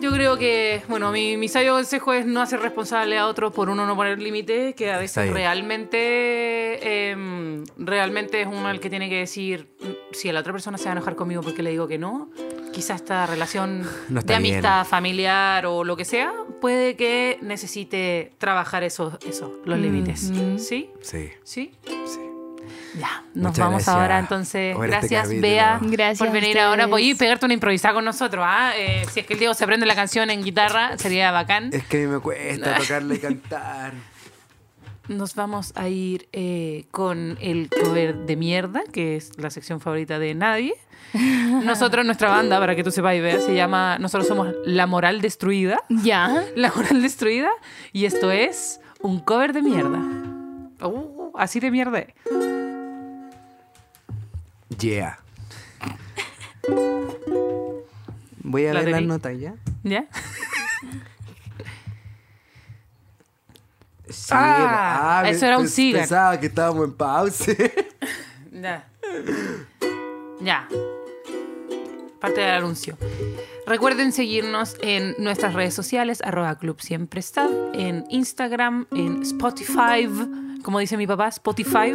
[SPEAKER 2] Yo creo que, bueno, mi, mi sabio consejo es no hacer responsable a otros por uno no poner límites, que
[SPEAKER 1] Está
[SPEAKER 2] a veces
[SPEAKER 1] bien.
[SPEAKER 2] realmente em, realmente es uno el que tiene que decir "Mm, si la otra persona se va a enojar conmigo porque le digo que no, quizás esta relación
[SPEAKER 1] No
[SPEAKER 2] de
[SPEAKER 1] está bien.
[SPEAKER 2] amistad familiar o lo que sea, puede que necesite trabajar esos, esos los
[SPEAKER 3] Mm.
[SPEAKER 2] límites.
[SPEAKER 3] Mm.
[SPEAKER 2] ¿Sí?
[SPEAKER 1] Sí,
[SPEAKER 2] ¿Sí?
[SPEAKER 1] sí.
[SPEAKER 2] Ya, nos
[SPEAKER 1] Muchas
[SPEAKER 2] vamos
[SPEAKER 1] gracias
[SPEAKER 2] ahora entonces.
[SPEAKER 1] por este
[SPEAKER 2] gracias,
[SPEAKER 1] capítulo.
[SPEAKER 2] Bea,
[SPEAKER 3] Gracias
[SPEAKER 2] por
[SPEAKER 3] a
[SPEAKER 2] venir
[SPEAKER 3] ustedes.
[SPEAKER 2] ahora. Voy a pegarte una improvisada con nosotros. ¿ah? Eh, si es que el Diego se aprende la canción en guitarra, sería bacán.
[SPEAKER 1] Es que a mí me cuesta tocarle y cantar.
[SPEAKER 2] Nos vamos a ir eh, con el cover de mierda, que es la sección favorita de nadie. Nosotros, nuestra banda, para que tú sepas y veas, se llama Nosotros somos La Moral Destruida.
[SPEAKER 3] Ya.
[SPEAKER 2] La Moral Destruida. Y esto es un cover de mierda. Uh, así de mierda. es.
[SPEAKER 1] Yeah. Voy a
[SPEAKER 2] ¿La
[SPEAKER 1] ver las
[SPEAKER 2] tení?
[SPEAKER 1] notas ya.
[SPEAKER 2] ¿Ya?
[SPEAKER 1] Sí, pues,
[SPEAKER 2] Ah,
[SPEAKER 1] po.
[SPEAKER 2] eso era un
[SPEAKER 1] pens-
[SPEAKER 2] cigar.
[SPEAKER 1] Pensaba que estábamos en pausa.
[SPEAKER 2] Ya. Ya. Parte del anuncio. Recuerden seguirnos en nuestras redes sociales, arroba club siempre está, en Instagram, en Spotify, como dice mi papá, Spotify.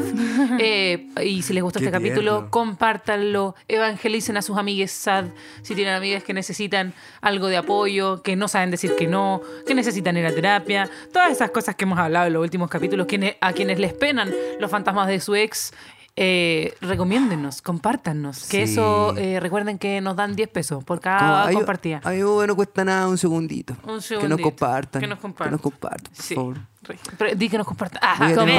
[SPEAKER 2] Eh, y si les gustó
[SPEAKER 1] Qué
[SPEAKER 2] este capítulo,
[SPEAKER 1] tierno.
[SPEAKER 2] compártanlo, evangelicen a sus amigas sad, si tienen amigas que necesitan algo de apoyo, que no saben decir que no, que necesitan ir a terapia, todas esas cosas que hemos hablado en los últimos capítulos, quienes- a quienes les penan los fantasmas de su ex. Eh, recomiéndenos, compártanos. Que
[SPEAKER 1] Sí.
[SPEAKER 2] eso, eh, recuerden que nos dan 10 pesos por
[SPEAKER 1] Como,
[SPEAKER 2] cada
[SPEAKER 1] "Ay,
[SPEAKER 2] compartida.
[SPEAKER 1] Ay, oh, no cuesta nada, un segundito.
[SPEAKER 2] Ah, Un
[SPEAKER 1] Que nos
[SPEAKER 2] segundito.
[SPEAKER 1] compartan.
[SPEAKER 2] Que nos compartan.
[SPEAKER 1] compartan, por
[SPEAKER 2] Sí.
[SPEAKER 1] favor.
[SPEAKER 2] Re- Pero di que nos compartan. Ah,
[SPEAKER 1] Voy a tener-
[SPEAKER 2] vea.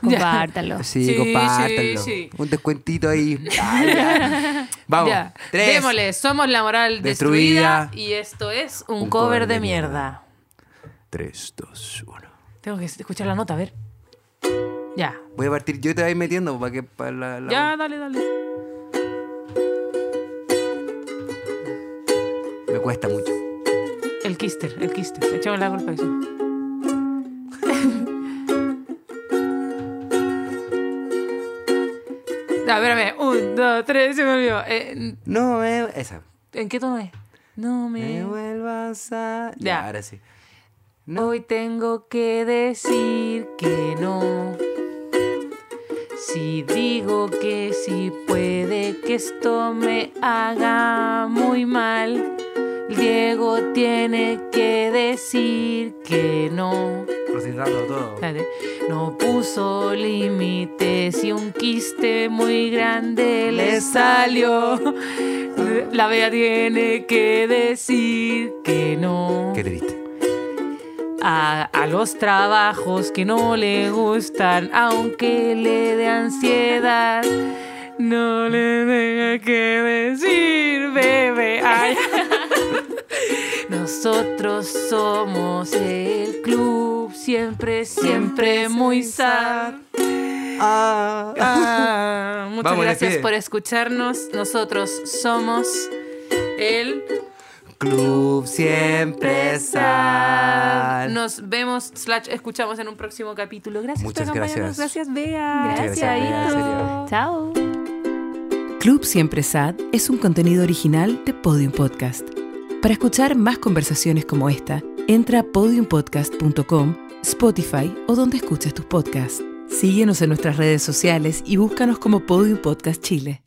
[SPEAKER 3] compártanlo.
[SPEAKER 1] Sí,
[SPEAKER 2] Sí,
[SPEAKER 1] compártanlo.
[SPEAKER 2] sí, sí.
[SPEAKER 1] Un descuentito ahí. Ah, ya. Vamos.
[SPEAKER 2] Ya.
[SPEAKER 1] Tres.
[SPEAKER 2] Démosle, somos la moral destruida,
[SPEAKER 1] Destruida.
[SPEAKER 2] y esto es un, cover, de mierda.
[SPEAKER 1] Tres, dos, uno.
[SPEAKER 2] Tengo que escuchar la nota, a ver. Ya.
[SPEAKER 1] Voy a partir yo y te voy a ir metiendo pues, para que para la, la-
[SPEAKER 2] Ya, dale, dale.
[SPEAKER 1] me cuesta mucho.
[SPEAKER 2] El kister, el kister. Echamos la culpa. eso. Ya, espérame. Un, dos, tres, se me olvidó. Eh,
[SPEAKER 1] No me esa.
[SPEAKER 2] ¿En qué tono es? No
[SPEAKER 1] Me
[SPEAKER 2] me...
[SPEAKER 1] vuelvas a ya,
[SPEAKER 2] Ya.
[SPEAKER 1] ahora sí.
[SPEAKER 2] Hoy tengo que decir que no. Si digo que sí puede que esto me haga muy mal. Diego tiene que decir que no.
[SPEAKER 1] Lo recitando todo.
[SPEAKER 2] Espérate. No puso límites y un quiste muy grande le salió. La Bea tiene que decir que no
[SPEAKER 1] Qué triste.
[SPEAKER 2] a, a los trabajos que no le gustan, aunque le dé ansiedad. No le tenga que decir, bebé. Ay. Nosotros somos el club, siempre, siempre muy sad. Ah, muchas
[SPEAKER 1] Vamos,
[SPEAKER 2] gracias
[SPEAKER 1] despide.
[SPEAKER 2] por escucharnos. Nosotros somos el
[SPEAKER 1] Club siempre sal.
[SPEAKER 2] Nos vemos, slash, escuchamos en un próximo capítulo. Gracias
[SPEAKER 1] Muchas
[SPEAKER 2] por acompañarnos.
[SPEAKER 1] gracias.
[SPEAKER 2] Gracias, Bea.
[SPEAKER 1] Muchas gracias, Bea, en serio.
[SPEAKER 2] Aito.
[SPEAKER 3] Chao.
[SPEAKER 4] Club Siempre Sad es un contenido original de Podium Podcast. Para escuchar más conversaciones como esta, entra a podiumpodcast.com, Spotify o donde escuches tus podcasts. Síguenos en nuestras redes sociales y búscanos como Podium Podcast Chile.